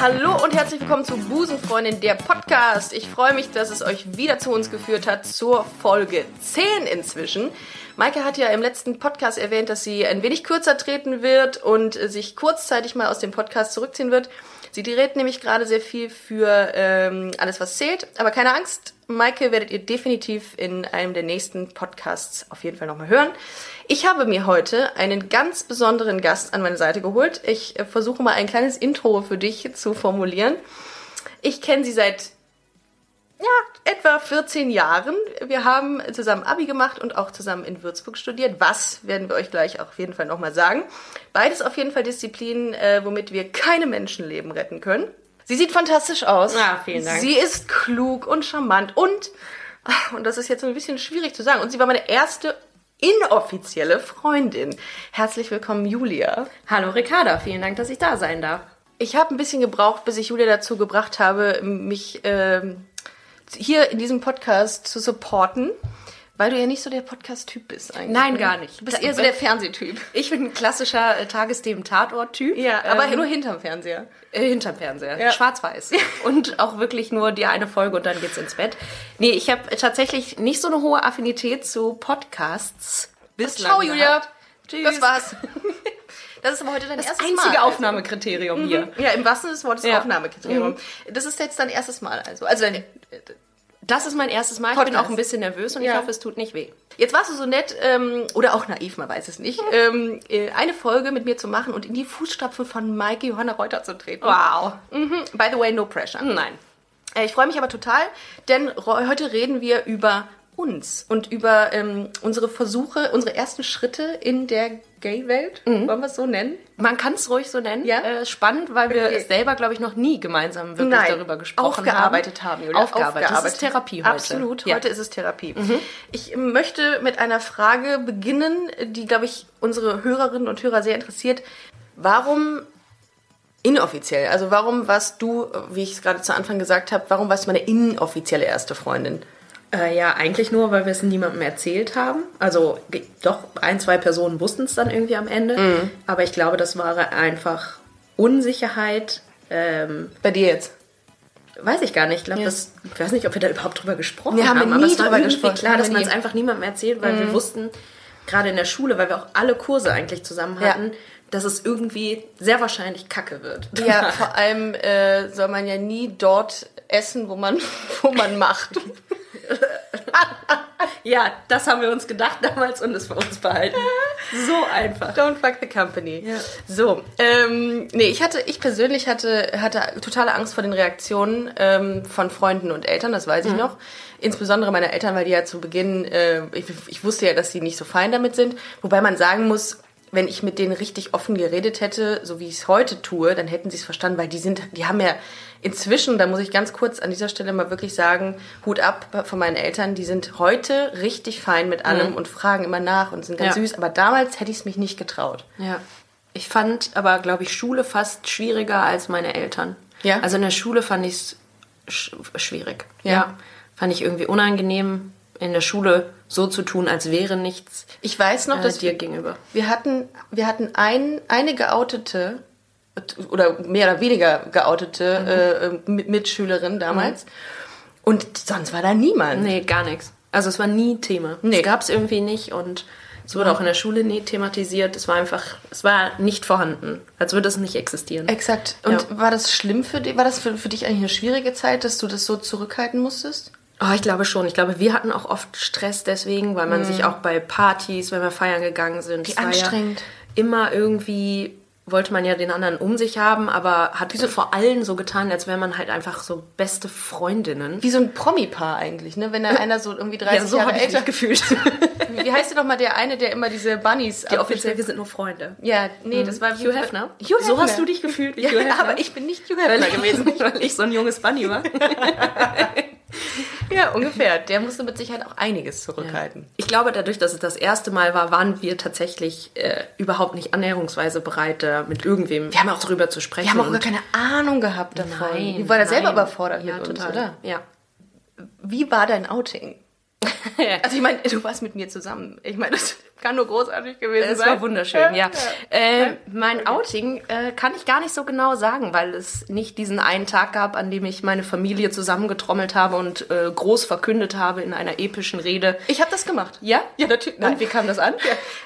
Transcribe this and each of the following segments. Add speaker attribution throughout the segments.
Speaker 1: Hallo und herzlich willkommen zu Busenfreundin, der Podcast. Ich freue mich, dass es euch wieder zu uns geführt hat, zur Folge 10 inzwischen. Maike hat ja im letzten Podcast erwähnt, dass sie ein wenig kürzer treten wird und äh, sich kurzzeitig mal aus dem Podcast zurückziehen wird. Sie redet nämlich gerade sehr viel für ähm, alles, was zählt. Aber keine Angst, Maike werdet ihr definitiv in einem der nächsten Podcasts auf jeden Fall nochmal hören. Ich habe mir heute einen ganz besonderen Gast an meine Seite geholt. Ich äh, versuche mal ein kleines Intro für dich zu formulieren. Ich kenne sie seit ja, etwa 14 Jahren. Wir haben zusammen Abi gemacht und auch zusammen in Würzburg studiert. Was werden wir euch gleich auch auf jeden Fall nochmal sagen. Beides auf jeden Fall Disziplinen, äh, womit wir keine Menschenleben retten können. Sie sieht fantastisch aus.
Speaker 2: Ah, vielen Dank.
Speaker 1: Sie ist klug und charmant und, und das ist jetzt ein bisschen schwierig zu sagen, und sie war meine erste inoffizielle Freundin. Herzlich willkommen, Julia.
Speaker 2: Hallo Ricarda, vielen Dank, dass ich da sein darf.
Speaker 1: Ich habe ein bisschen gebraucht, bis ich Julia dazu gebracht habe, mich ähm, hier in diesem Podcast zu supporten, weil du ja nicht so der Podcast-Typ bist eigentlich.
Speaker 2: Nein,
Speaker 1: ne?
Speaker 2: gar nicht.
Speaker 1: Du bist
Speaker 2: Ta-
Speaker 1: eher so der Fernsehtyp.
Speaker 2: Ich bin ein klassischer äh, Tagesthemen-Tatort-Typ.
Speaker 1: aber
Speaker 2: ähm,
Speaker 1: nur hinterm Fernseher.
Speaker 2: äh, hinterm Fernseher.
Speaker 1: Ja.
Speaker 2: Schwarz-weiß. Und auch wirklich nur die eine Folge und dann geht's ins Bett. Nee, ich habe tatsächlich nicht so eine hohe Affinität zu Podcasts. Bislang
Speaker 1: Ciao, Julia.
Speaker 2: gehabt. Tschüss.
Speaker 1: Das war's. Das ist aber heute dein
Speaker 2: Das
Speaker 1: erstes
Speaker 2: einzige
Speaker 1: Mal. also. Mhm.
Speaker 2: Aufnahmekriterium hier.
Speaker 1: Ja, im wahrsten Sinne des Wortes
Speaker 2: Ja. Mhm.
Speaker 1: Aufnahmekriterium. Das ist jetzt dein erstes Mal also. Also dein,
Speaker 2: Das ist mein erstes Mal. Ich bin
Speaker 1: Podcast.
Speaker 2: auch ein bisschen nervös und
Speaker 1: Ja.
Speaker 2: ich hoffe, es tut nicht weh.
Speaker 1: Jetzt warst du so nett, ähm, oder auch naiv, man weiß es nicht, ähm, äh, eine Folge mit mir zu machen und in die Fußstapfen von Maike Johanna Reuter zu treten.
Speaker 2: Wow.
Speaker 1: Mhm. By the way, no pressure.
Speaker 2: Nein.
Speaker 1: Äh, ich freue mich aber total, denn ro- heute reden wir über uns und über ähm, unsere Versuche, unsere ersten Schritte in der Gay-Welt,
Speaker 2: Mhm.
Speaker 1: wollen wir es so nennen?
Speaker 2: Man kann es ruhig so nennen.
Speaker 1: Ja?
Speaker 2: Äh, spannend, weil wir
Speaker 1: Okay.
Speaker 2: es selber, glaube ich, noch nie gemeinsam wirklich
Speaker 1: Nein.
Speaker 2: darüber gesprochen
Speaker 1: aufgearbeitet haben. Julia.
Speaker 2: Aufgearbeitet. Das ist Therapie heute.
Speaker 1: Absolut,
Speaker 2: Ja.
Speaker 1: heute Mhm. ist es Therapie. Ich möchte mit einer Frage beginnen, die, glaube ich, unsere Hörerinnen und Hörer sehr interessiert. Warum inoffiziell? Also warum warst du, wie ich es gerade zu Anfang gesagt habe, warum warst du meine inoffizielle erste Freundin?
Speaker 2: Äh, ja, eigentlich nur, weil wir es niemandem erzählt haben. Also ge- doch, ein, zwei Personen wussten es dann irgendwie am Ende.
Speaker 1: Mhm.
Speaker 2: Aber ich glaube, das war einfach Unsicherheit. Ähm,
Speaker 1: Bei dir jetzt?
Speaker 2: weiß ich gar nicht. Ich glaube,
Speaker 1: Ja.
Speaker 2: das, ich weiß nicht, ob wir da überhaupt drüber gesprochen
Speaker 1: Wir haben
Speaker 2: haben.
Speaker 1: nie
Speaker 2: aber es war
Speaker 1: drüber
Speaker 2: irgendwie
Speaker 1: gesprochen.
Speaker 2: klar, dass
Speaker 1: Haben wir
Speaker 2: man es
Speaker 1: nie. Mhm.
Speaker 2: einfach niemandem erzählt, weil wir wussten, gerade in der Schule, weil wir auch alle Kurse eigentlich zusammen
Speaker 1: Ja.
Speaker 2: hatten, dass es irgendwie sehr wahrscheinlich kacke wird.
Speaker 1: Ja, vor allem äh, soll man ja nie dort essen, wo man, wo man macht.
Speaker 2: Ja, das haben wir uns gedacht damals und es für uns behalten. So einfach.
Speaker 1: Don't fuck the company. So, ähm, nee, ich hatte, ich persönlich hatte, hatte totale Angst vor den Reaktionen ähm, von Freunden und Eltern, das weiß ich noch. Insbesondere meine Eltern, weil die ja zu Beginn, äh, ich, ich wusste ja, dass sie nicht so fein damit sind. Wobei man sagen muss, wenn ich mit denen richtig offen geredet hätte, so wie ich es heute tue, dann hätten sie es verstanden, weil die sind, die haben ja inzwischen, da muss ich ganz kurz an dieser Stelle mal wirklich sagen, Hut ab von meinen Eltern, die sind heute richtig fein mit allem und fragen immer nach und sind ganz
Speaker 2: Ja.
Speaker 1: süß, aber damals hätte ich es mich nicht getraut.
Speaker 2: Ja. Ich fand aber, glaube ich, Schule fast schwieriger als meine Eltern.
Speaker 1: Ja?
Speaker 2: Also in der Schule fand ich es sch schwierig.
Speaker 1: Ja.
Speaker 2: Fand ich irgendwie unangenehm, in der Schule so zu tun, als wäre nichts
Speaker 1: Ich weiß noch,
Speaker 2: äh,
Speaker 1: dass
Speaker 2: dir
Speaker 1: wir,
Speaker 2: gegenüber.
Speaker 1: wir hatten, wir hatten ein, eine geoutete oder mehr oder weniger geoutete
Speaker 2: Mhm.
Speaker 1: äh, äh, Mit- Mitschülerin damals. Und sonst war da niemand.
Speaker 2: Nee, gar nichts. Also es war nie Thema.
Speaker 1: Nee.
Speaker 2: Es gab es irgendwie nicht und es wurde auch in der Schule nie thematisiert. Es war einfach, es war nicht vorhanden. Als würde es nicht existieren.
Speaker 1: Exakt. Und
Speaker 2: Ja.
Speaker 1: war das schlimm für dich? War das für, für dich eigentlich eine schwierige Zeit, dass du das so zurückhalten musstest?
Speaker 2: Oh, ich glaube schon. Ich glaube, wir hatten auch oft Stress deswegen, weil man sich auch bei Partys, wenn wir feiern gegangen sind, es war
Speaker 1: Mhm. anstrengend.
Speaker 2: Ja immer irgendwie wollte man ja den anderen um sich haben, aber hat diese vor allen so getan, als wären man halt einfach so beste Freundinnen. Also
Speaker 1: Wie also so ein Promi-Paar eigentlich, ne? Wenn da einer so irgendwie 30 Jahre
Speaker 2: hab
Speaker 1: älter...
Speaker 2: mich gefühlt.
Speaker 1: Wie heißt denn nochmal der eine, der immer diese Bunnies...
Speaker 2: Die
Speaker 1: abgestellt-
Speaker 2: offiziell, wir sind nur Freunde.
Speaker 1: Ja, nee, das war...
Speaker 2: Hugh Hefner?
Speaker 1: Hugh Hefner.
Speaker 2: So hast du dich gefühlt wie
Speaker 1: ja,
Speaker 2: Hugh Hefner.
Speaker 1: aber ich bin nicht Hugh Hefner gewesen.
Speaker 2: weil ich so ein junges Bunny war.
Speaker 1: Ja, ungefähr. Der musste mit Sicherheit auch einiges zurückhalten.
Speaker 2: Ich glaube, dadurch, dass es das erste Mal war, waren wir tatsächlich äh, überhaupt nicht annäherungsweise bereit, da mit irgendwem
Speaker 1: Wir haben auch-
Speaker 2: drüber zu sprechen.
Speaker 1: Wir haben auch gar
Speaker 2: und-
Speaker 1: keine Ahnung gehabt davon.
Speaker 2: Nein,
Speaker 1: Wir waren ja selber
Speaker 2: nein.
Speaker 1: überfordert
Speaker 2: ja,
Speaker 1: mit
Speaker 2: total.
Speaker 1: uns, oder?
Speaker 2: Ja.
Speaker 1: Wie war dein Outing? Also ich meine, du warst mit mir zusammen. Ich meine, das kann nur großartig gewesen
Speaker 2: Es
Speaker 1: sein.
Speaker 2: war wunderschön, ja. Äh, mein Outing äh, kann ich gar nicht so genau sagen, weil es nicht diesen einen Tag gab, an dem ich meine Familie zusammengetrommelt habe und äh, groß verkündet habe in einer epischen Rede.
Speaker 1: Ich habe das gemacht.
Speaker 2: Ja?
Speaker 1: Ja, natürlich.
Speaker 2: Und wie kam das an?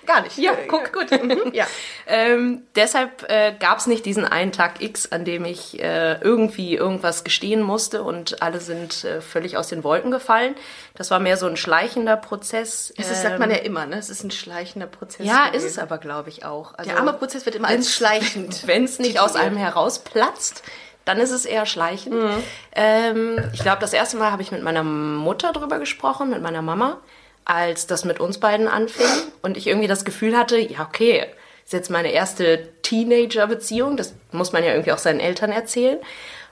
Speaker 1: Gar nicht.
Speaker 2: Ja,
Speaker 1: Äh,
Speaker 2: guck, gut. Mhm, ja. ähm, deshalb äh, gab es nicht diesen einen Tag X, an dem ich äh, irgendwie irgendwas gestehen musste und alle sind äh, völlig aus den Wolken gefallen. Das war mehr so ein schleichender Prozess. Äh,
Speaker 1: Das ist, sagt man ja immer, ne? Es ist ein schleichender Prozess.
Speaker 2: Ähm. ja, ist
Speaker 1: gewesen.
Speaker 2: es aber, glaube ich, auch. Also,
Speaker 1: Der arme Prozess wird immer als schleichend.
Speaker 2: Wenn es nicht aus
Speaker 1: tituliert.
Speaker 2: einem herausplatzt, dann ist es eher schleichend.
Speaker 1: Mhm.
Speaker 2: Ähm, ich glaube, das erste Mal habe ich mit meiner Mutter drüber gesprochen, mit meiner Mama, als das mit uns beiden anfing und ich irgendwie das Gefühl hatte, ja, okay, ist jetzt meine erste Teenager-Beziehung, das muss man ja irgendwie auch seinen Eltern erzählen.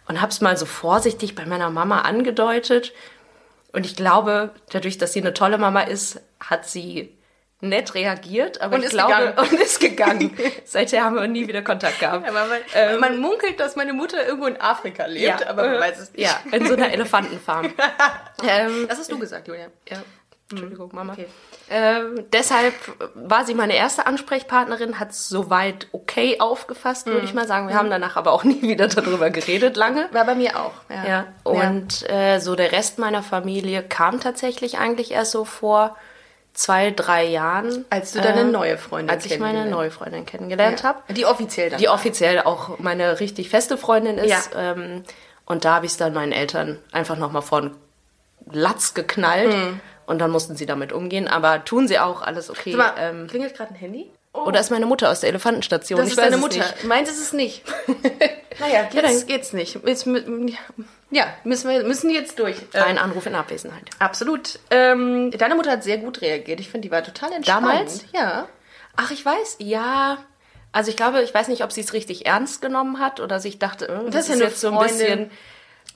Speaker 2: Und habe es mal so vorsichtig bei meiner Mama angedeutet. Und ich glaube, dadurch, dass sie eine tolle Mama ist, hat sie nett reagiert, aber
Speaker 1: Und
Speaker 2: ich
Speaker 1: ist
Speaker 2: glaube
Speaker 1: gegangen.
Speaker 2: und ist gegangen. Seither haben wir nie wieder Kontakt gehabt. Ähm,
Speaker 1: Aber man, man munkelt, dass meine Mutter irgendwo in Afrika lebt, aber man
Speaker 2: äh,
Speaker 1: weiß es nicht.
Speaker 2: Ja, in so einer Elefantenfarm. ähm,
Speaker 1: Das hast du gesagt, Julia. Mhm.
Speaker 2: ja. Entschuldigung, Mama.
Speaker 1: Okay.
Speaker 2: Ähm, deshalb war sie meine erste Ansprechpartnerin, hat es soweit okay aufgefasst, würde
Speaker 1: Mhm.
Speaker 2: ich mal sagen. Wir haben danach aber auch nie wieder darüber geredet, lange.
Speaker 1: War bei mir auch. Ja.
Speaker 2: Ja, und Äh, so der Rest meiner Familie kam tatsächlich eigentlich erst so vor zwei, drei Jahren. äh,
Speaker 1: Als du deine neue Freundin
Speaker 2: Als ich meine
Speaker 1: kennengelernt-
Speaker 2: neue Freundin kennengelernt habe,
Speaker 1: Die offiziell dann.
Speaker 2: die offiziell auch meine richtig feste Freundin ist.
Speaker 1: Ja.
Speaker 2: Ähm, und da habe ich es dann meinen Eltern einfach nochmal von Latz geknallt.
Speaker 1: Mhm.
Speaker 2: Und dann mussten sie damit umgehen. Aber tun sie auch, alles okay.
Speaker 1: Sag mal,
Speaker 2: ähm,
Speaker 1: klingelt gerade ein Handy?
Speaker 2: Oder ist meine Mutter aus der Elefantenstation?
Speaker 1: Das
Speaker 2: Ich
Speaker 1: ist
Speaker 2: weiß
Speaker 1: deine
Speaker 2: es
Speaker 1: Mutter.
Speaker 2: nicht.
Speaker 1: Meins ist es nicht. naja, jetzt
Speaker 2: dann-
Speaker 1: geht's nicht. Jetzt, mü- ja, müssen wir müssen jetzt durch. Äh,
Speaker 2: Ein Anruf in Abwesenheit.
Speaker 1: absolut. Ähm, deine Mutter hat sehr gut reagiert. Ich finde, die war total entspannt.
Speaker 2: Damals?
Speaker 1: Ja.
Speaker 2: Ach, ich weiß, ja. Also ich glaube, ich weiß nicht, ob sie es richtig ernst genommen hat oder sich dachte, äh, das,
Speaker 1: ist
Speaker 2: ist
Speaker 1: ja
Speaker 2: jetzt so ein
Speaker 1: nur Freundin.
Speaker 2: bisschen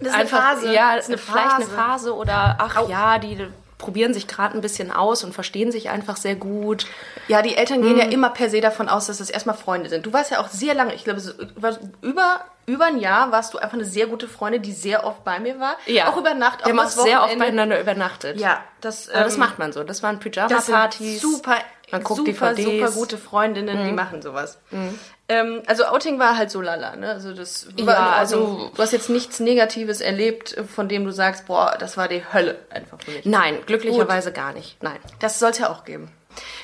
Speaker 1: Das
Speaker 2: einfach, ja,
Speaker 1: das ist eine
Speaker 2: vielleicht
Speaker 1: Phase.
Speaker 2: eine Phase oder ach ja, die probieren sich gerade ein bisschen aus und verstehen sich einfach sehr gut. Hm.
Speaker 1: Ja, die Eltern gehen ja immer per se davon aus, dass das erstmal Freunde sind. Du warst ja auch sehr lange, ich glaube, so über- über, über ein Jahr warst du einfach eine sehr gute Freundin, die sehr oft bei mir war. Auch über Nacht, auch
Speaker 2: Wir haben auch
Speaker 1: das
Speaker 2: sehr oft
Speaker 1: Wochenende.
Speaker 2: beieinander übernachtet.
Speaker 1: Ja, das,
Speaker 2: aber das
Speaker 1: ähm,
Speaker 2: macht man so. Das waren
Speaker 1: Das sind
Speaker 2: Pyjama-Partys.
Speaker 1: super,
Speaker 2: Man guckt
Speaker 1: super,
Speaker 2: DVDs.
Speaker 1: super gute Freundinnen, die machen sowas. Ähm, also Outing war halt so lala, ne? Also das war
Speaker 2: Ja,
Speaker 1: in Ordnung.
Speaker 2: also-
Speaker 1: du hast jetzt nichts Negatives erlebt, von dem du sagst, boah, das war die Hölle einfach für mich.
Speaker 2: Nein, glücklicherweise gar nicht. Nein.
Speaker 1: Das soll es ja auch geben.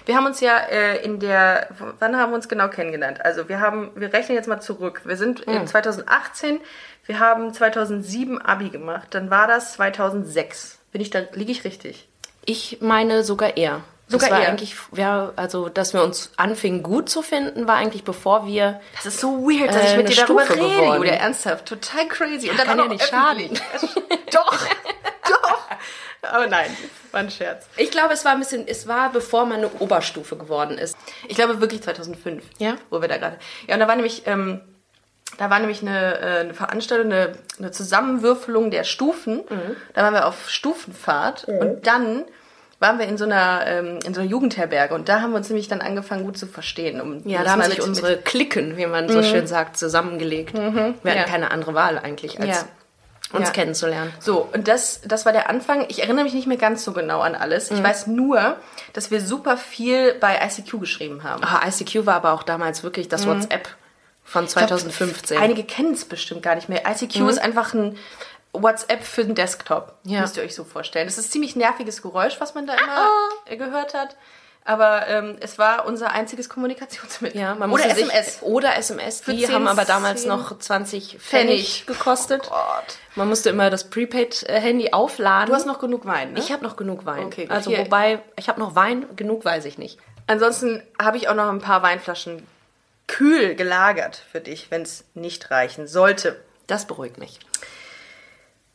Speaker 1: Wir haben uns ja äh, in der, wann haben wir uns genau kennengelernt? Also wir haben, wir rechnen jetzt mal zurück. Wir sind in 2018, wir haben 2007 Abi gemacht, dann war das 2006. Bin ich da, liege ich richtig?
Speaker 2: Ich meine sogar eher.
Speaker 1: Sogar
Speaker 2: das war
Speaker 1: eher.
Speaker 2: eigentlich, ja, also dass wir uns anfingen gut zu finden, war eigentlich bevor wir
Speaker 1: Das ist so weird,
Speaker 2: Äh, eine Stufe geworden.
Speaker 1: Julia, ernsthaft. Total crazy. Und
Speaker 2: kann
Speaker 1: auch noch
Speaker 2: ja nicht
Speaker 1: öffentlich. doch, doch. Aber nein, war ein Scherz.
Speaker 2: Ich glaube, es war ein bisschen, es war bevor meine Oberstufe geworden ist.
Speaker 1: Ich glaube wirklich 2005.
Speaker 2: Ja?
Speaker 1: Wo wir da gerade. Ja, und da war nämlich, ähm, da war nämlich eine, äh, eine Veranstaltung, eine, eine Zusammenwürfelung der Stufen.
Speaker 2: Mhm.
Speaker 1: Da waren wir auf Stufenfahrt und dann waren wir in so einer ähm, in so einer Jugendherberge und da haben wir uns nämlich dann angefangen gut zu verstehen. Um
Speaker 2: Ja,
Speaker 1: das
Speaker 2: da haben
Speaker 1: mal
Speaker 2: sich
Speaker 1: mit-
Speaker 2: unsere Klicken, wie man so schön sagt, zusammengelegt. Wir hatten
Speaker 1: Ja.
Speaker 2: keine andere Wahl eigentlich, als
Speaker 1: Ja.
Speaker 2: uns
Speaker 1: Ja.
Speaker 2: kennenzulernen.
Speaker 1: So, und das, das war der Anfang. Ich erinnere mich nicht mehr ganz so genau an alles. Ich
Speaker 2: Mhm.
Speaker 1: weiß nur, dass wir super viel bei ICQ geschrieben haben.
Speaker 2: Ah, ICQ war aber auch damals wirklich das WhatsApp von 2015. Mhm.
Speaker 1: Einige kennen es bestimmt gar nicht mehr. ICQ ist einfach ein WhatsApp für den Desktop.
Speaker 2: Ja.
Speaker 1: Müsst ihr euch so vorstellen. Es ist ein ziemlich nerviges Geräusch, was man da immer
Speaker 2: Ah.
Speaker 1: äh, gehört hat. Aber ähm, es war unser einziges Kommunikationsmittel.
Speaker 2: ja, man
Speaker 1: Oder
Speaker 2: musste sich-
Speaker 1: SMS.
Speaker 2: Oder SMS. Die
Speaker 1: 10,
Speaker 2: haben aber damals
Speaker 1: 10
Speaker 2: noch 20 Pfennig Oh
Speaker 1: Pfennig.
Speaker 2: gekostet.
Speaker 1: Gott.
Speaker 2: Man musste immer das Prepaid-Handy aufladen.
Speaker 1: Du hast noch genug Wein, ne?
Speaker 2: ich habe noch genug Wein.
Speaker 1: Okay, gut.
Speaker 2: also
Speaker 1: Hier-
Speaker 2: wobei, ich habe noch Wein, genug weiß ich nicht.
Speaker 1: Ansonsten habe ich auch noch ein paar Weinflaschen kühl gelagert für dich, wenn es nicht reichen sollte.
Speaker 2: Das beruhigt mich.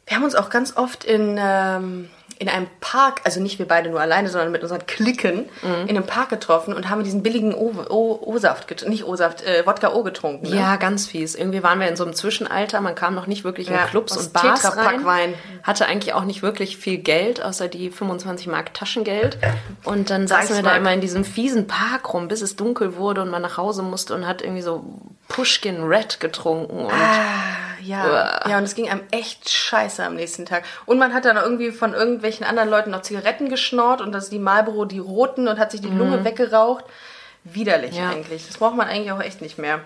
Speaker 1: Wir haben uns auch ganz oft in, ähm, in einem Park, also nicht wir beide nur alleine, sondern mit unseren Klicken
Speaker 2: Mhm.
Speaker 1: in einem Park getroffen und haben diesen billigen O- O- O-Saft, get- nicht O-Saft, äh, Wodka O getrunken. Ne?
Speaker 2: Ja, ganz fies. Irgendwie waren wir in so einem Zwischenalter, man kam noch nicht wirklich in
Speaker 1: Ja,
Speaker 2: Clubs
Speaker 1: aus
Speaker 2: und Bars
Speaker 1: Tetrapack
Speaker 2: rein,
Speaker 1: Wein.
Speaker 2: hatte eigentlich auch nicht wirklich viel Geld, außer die 25 Mark Taschengeld. Und dann saßen wir da
Speaker 1: Reichsmark.
Speaker 2: immer in diesem fiesen Park rum, bis es dunkel wurde und man nach Hause musste und hat irgendwie so Pushkin Red getrunken. Und
Speaker 1: Ah, Ja, ja, und es ging einem echt scheiße am nächsten Tag. Und man hat dann irgendwie von irgendwelchen anderen Leuten noch Zigaretten geschnort und das die Marlboro, die roten und hat sich die Lunge weggeraucht. Widerlich
Speaker 2: Mhm. Ja.
Speaker 1: eigentlich. Das braucht man eigentlich auch echt nicht mehr.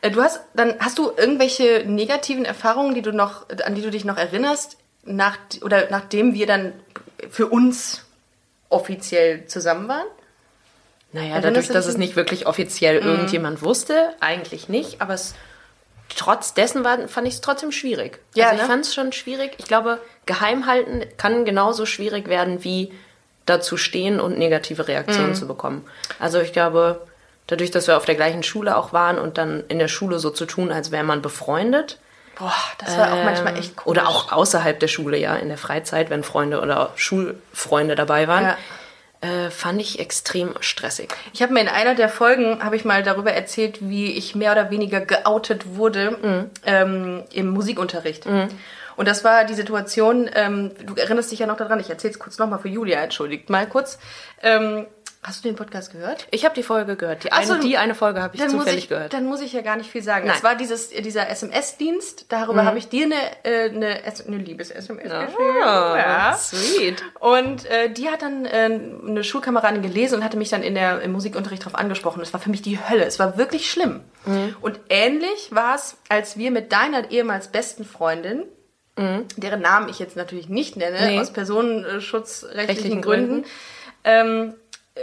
Speaker 1: Äh, Du hast dann hast du irgendwelche negativen Erfahrungen, die du noch an die du dich noch erinnerst, nach oder nachdem wir dann für uns offiziell zusammen waren?
Speaker 2: naja,
Speaker 1: Erinnerst
Speaker 2: dadurch,
Speaker 1: du
Speaker 2: dass
Speaker 1: dich
Speaker 2: es nicht wirklich offiziell
Speaker 1: Mhm.
Speaker 2: irgendjemand wusste, eigentlich nicht, aber es trotz dessen war, fand ich es trotzdem schwierig.
Speaker 1: Ja,
Speaker 2: also ich
Speaker 1: ne?
Speaker 2: fand es schon schwierig. Ich glaube, geheim halten kann genauso schwierig werden wie dazu stehen und negative Reaktionen
Speaker 1: Mhm.
Speaker 2: zu bekommen. Also ich glaube, dadurch, dass wir auf der gleichen Schule auch waren und dann in der Schule so zu tun, als wäre man befreundet.
Speaker 1: Boah, das war auch manchmal
Speaker 2: ähm,
Speaker 1: echt cool.
Speaker 2: Oder auch außerhalb der Schule, ja, in der Freizeit, wenn Freunde oder Schulfreunde dabei waren.
Speaker 1: Ja.
Speaker 2: Äh, fand ich extrem stressig.
Speaker 1: Ich habe mir in einer der Folgen habe ich mal darüber erzählt, wie ich mehr oder weniger geoutet wurde
Speaker 2: Mhm.
Speaker 1: ähm, im Musikunterricht. Und das war die Situation. Ähm, du erinnerst dich ja noch daran. Ich erzähle es kurz nochmal für Julia. Entschuldigt mal kurz. Ähm, hast du den Podcast gehört?
Speaker 2: Ich habe die Folge gehört. Die
Speaker 1: Ach
Speaker 2: eine,
Speaker 1: so,
Speaker 2: die eine Folge habe ich
Speaker 1: muss
Speaker 2: zufällig
Speaker 1: ich,
Speaker 2: gehört.
Speaker 1: Also, Dann muss ich ja gar nicht viel sagen.
Speaker 2: Nein. Mhm.
Speaker 1: Es war dieses, dieser SMS-Dienst. Darüber habe ich dir eine, äh, eine, S- eine Liebes-SMS
Speaker 2: Ah.
Speaker 1: geschrieben. Ja.
Speaker 2: Sweet.
Speaker 1: Und äh, die hat dann äh, eine Schulkameradin gelesen und hatte mich dann in der, im Musikunterricht darauf angesprochen. Es war für mich die Hölle. Es war wirklich schlimm.
Speaker 2: Mhm.
Speaker 1: Und ähnlich war es, als wir mit deiner ehemals besten Freundin, deren Namen ich jetzt natürlich nicht nenne,
Speaker 2: Mhm. Nee.
Speaker 1: aus personenschutzrechtlichen
Speaker 2: Rechtlichen
Speaker 1: Gründen,
Speaker 2: Gründen.
Speaker 1: ähm,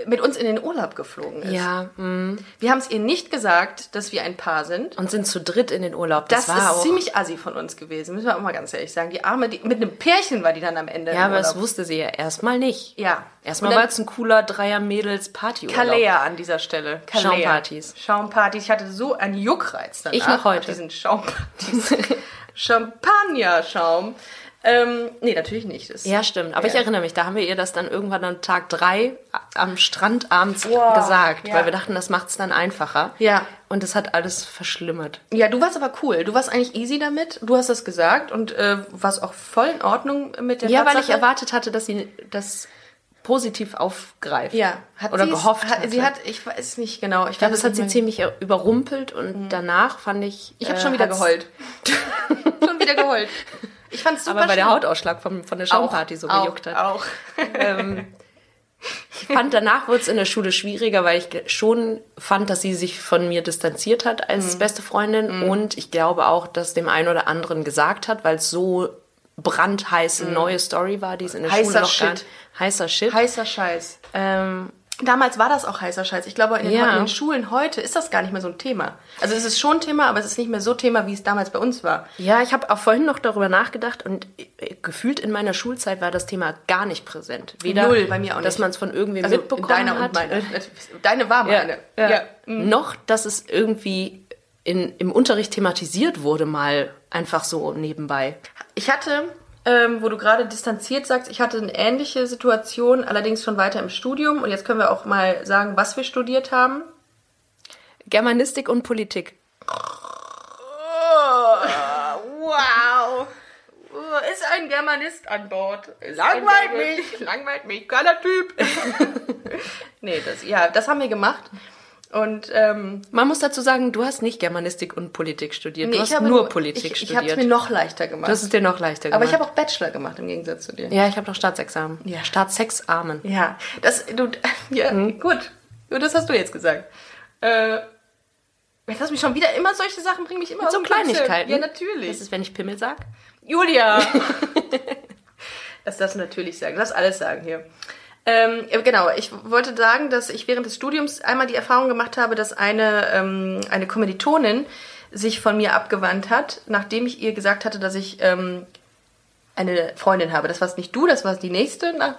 Speaker 1: mit uns in den Urlaub geflogen ist.
Speaker 2: Ja, mm.
Speaker 1: Wir haben es ihr nicht gesagt, dass wir ein Paar sind.
Speaker 2: und sind zu dritt in den Urlaub.
Speaker 1: Das,
Speaker 2: Das, war
Speaker 1: ist
Speaker 2: auch.
Speaker 1: ziemlich assi von uns gewesen, müssen wir auch mal ganz ehrlich sagen. Die Arme, die, mit einem Pärchen war die dann am Ende.
Speaker 2: ja,
Speaker 1: im
Speaker 2: aber das
Speaker 1: Urlaub.
Speaker 2: wusste sie ja erstmal nicht.
Speaker 1: Ja.
Speaker 2: Erstmal
Speaker 1: Und dann-
Speaker 2: war es ein cooler Dreier-Mädels-Partyurlaub.
Speaker 1: Kalea an dieser Stelle. Kalea.
Speaker 2: Schaumpartys.
Speaker 1: Schaumpartys. Ich hatte so einen Juckreiz danach.
Speaker 2: Ich noch heute.
Speaker 1: nach Diesen Schaumpartys. Champagner-Schaum. Ähm, nee, natürlich nicht. Das
Speaker 2: Ja, stimmt. Aber ich
Speaker 1: Ja.
Speaker 2: erinnere mich, da haben wir ihr das dann irgendwann am Tag drei a- am Strand abends
Speaker 1: Wow,
Speaker 2: gesagt,
Speaker 1: ja.
Speaker 2: weil wir dachten, das macht es dann einfacher.
Speaker 1: Ja.
Speaker 2: Und es hat alles verschlimmert.
Speaker 1: Ja, du warst aber cool. Du warst eigentlich easy damit. Du hast das gesagt und äh, warst auch voll in Ordnung mit der
Speaker 2: Ja, weil ich
Speaker 1: Tatsache.
Speaker 2: erwartet hatte, dass sie das positiv aufgreift.
Speaker 1: Ja, hat
Speaker 2: Oder
Speaker 1: sie's-
Speaker 2: gehofft
Speaker 1: Hat, sie
Speaker 2: hatte.
Speaker 1: hat, ich weiß nicht genau. Ich
Speaker 2: Ich glaube,
Speaker 1: weiß
Speaker 2: das hat
Speaker 1: nicht
Speaker 2: sie
Speaker 1: mehr.
Speaker 2: ziemlich äh, überrumpelt und danach fand Hm. ich.
Speaker 1: Ich habe
Speaker 2: äh,
Speaker 1: schon wieder
Speaker 2: hat's-
Speaker 1: geheult. schon wieder geheult. Ich fand's super
Speaker 2: Aber weil der
Speaker 1: schlimm.
Speaker 2: Hautausschlag von, von der Schaumparty so
Speaker 1: auch,
Speaker 2: gejuckt hat.
Speaker 1: Auch.
Speaker 2: Ähm, Ich fand, danach wurde es in der Schule schwieriger, weil ich ge- schon fand, dass sie sich von mir distanziert hat als beste Freundin. Und ich glaube auch, dass dem einen oder anderen gesagt hat, weil es so brandheiße neue Story war, die es in der
Speaker 1: Heißer
Speaker 2: Schule noch gar
Speaker 1: Shit.
Speaker 2: Heißer Shit.
Speaker 1: Heißer Scheiß.
Speaker 2: ähm,
Speaker 1: Damals war das auch heißer Scheiß. Ich glaube, in den,
Speaker 2: Ja.
Speaker 1: in den Schulen heute ist das gar nicht mehr so ein Thema. Also es ist schon ein Thema, aber es ist nicht mehr so Thema, wie es damals bei uns war.
Speaker 2: Ja, ich habe auch vorhin noch darüber nachgedacht und äh, gefühlt in meiner Schulzeit war das Thema gar nicht präsent. Weder,
Speaker 1: Null, bei mir auch
Speaker 2: Dass
Speaker 1: nicht.
Speaker 2: man es von irgendwem
Speaker 1: Also in
Speaker 2: mitbekommen
Speaker 1: deiner
Speaker 2: hat.
Speaker 1: und meine. Deine war
Speaker 2: Ja,
Speaker 1: meine.
Speaker 2: ja. Mhm.
Speaker 1: Mhm.
Speaker 2: Noch, dass es irgendwie in, im Unterricht thematisiert wurde, mal einfach so nebenbei.
Speaker 1: Ich hatte, ähm, wo du gerade distanziert sagst, ich hatte eine ähnliche Situation, allerdings schon weiter im Studium. Und jetzt können wir auch mal sagen, was wir studiert haben.
Speaker 2: Germanistik und Politik.
Speaker 1: Wow. Ist ein Germanist an Bord.
Speaker 2: Langweilt
Speaker 1: mich. Langweilt mich. Geiler Typ. nee, das, ja, das haben wir gemacht. Und ähm,
Speaker 2: Man muss dazu sagen, du hast nicht Germanistik und Politik studiert.
Speaker 1: nee,
Speaker 2: du hast nur, Politik
Speaker 1: ich, ich habe
Speaker 2: studiert.
Speaker 1: es mir noch leichter gemacht.
Speaker 2: das ist dir noch leichter
Speaker 1: Aber ich
Speaker 2: gemacht.
Speaker 1: habe auch Bachelor gemacht im Gegensatz zu dir.
Speaker 2: ja, ich habe noch Staatsexamen.
Speaker 1: Ja.
Speaker 2: Staatsexamen.
Speaker 1: Ja, das, du, ja,
Speaker 2: Mhm.
Speaker 1: gut. Gut, das hast du jetzt gesagt. Äh, jetzt hast du mich schon wieder immer solche Sachen, bringen mich immer aus
Speaker 2: So
Speaker 1: dem Konzept.
Speaker 2: Kleinigkeiten.
Speaker 1: Ja, natürlich.
Speaker 2: Das ist, wenn ich Pimmel sag.
Speaker 1: Julia! Lass das natürlich sagen, lass alles sagen hier. Ähm, ja, genau, ich wollte sagen, dass ich während des Studiums einmal die Erfahrung gemacht habe, dass eine, ähm, eine Kommilitonin sich von mir abgewandt hat, nachdem ich ihr gesagt hatte, dass ich ähm, eine Freundin habe. Das warst nicht du, das war die nächste nach,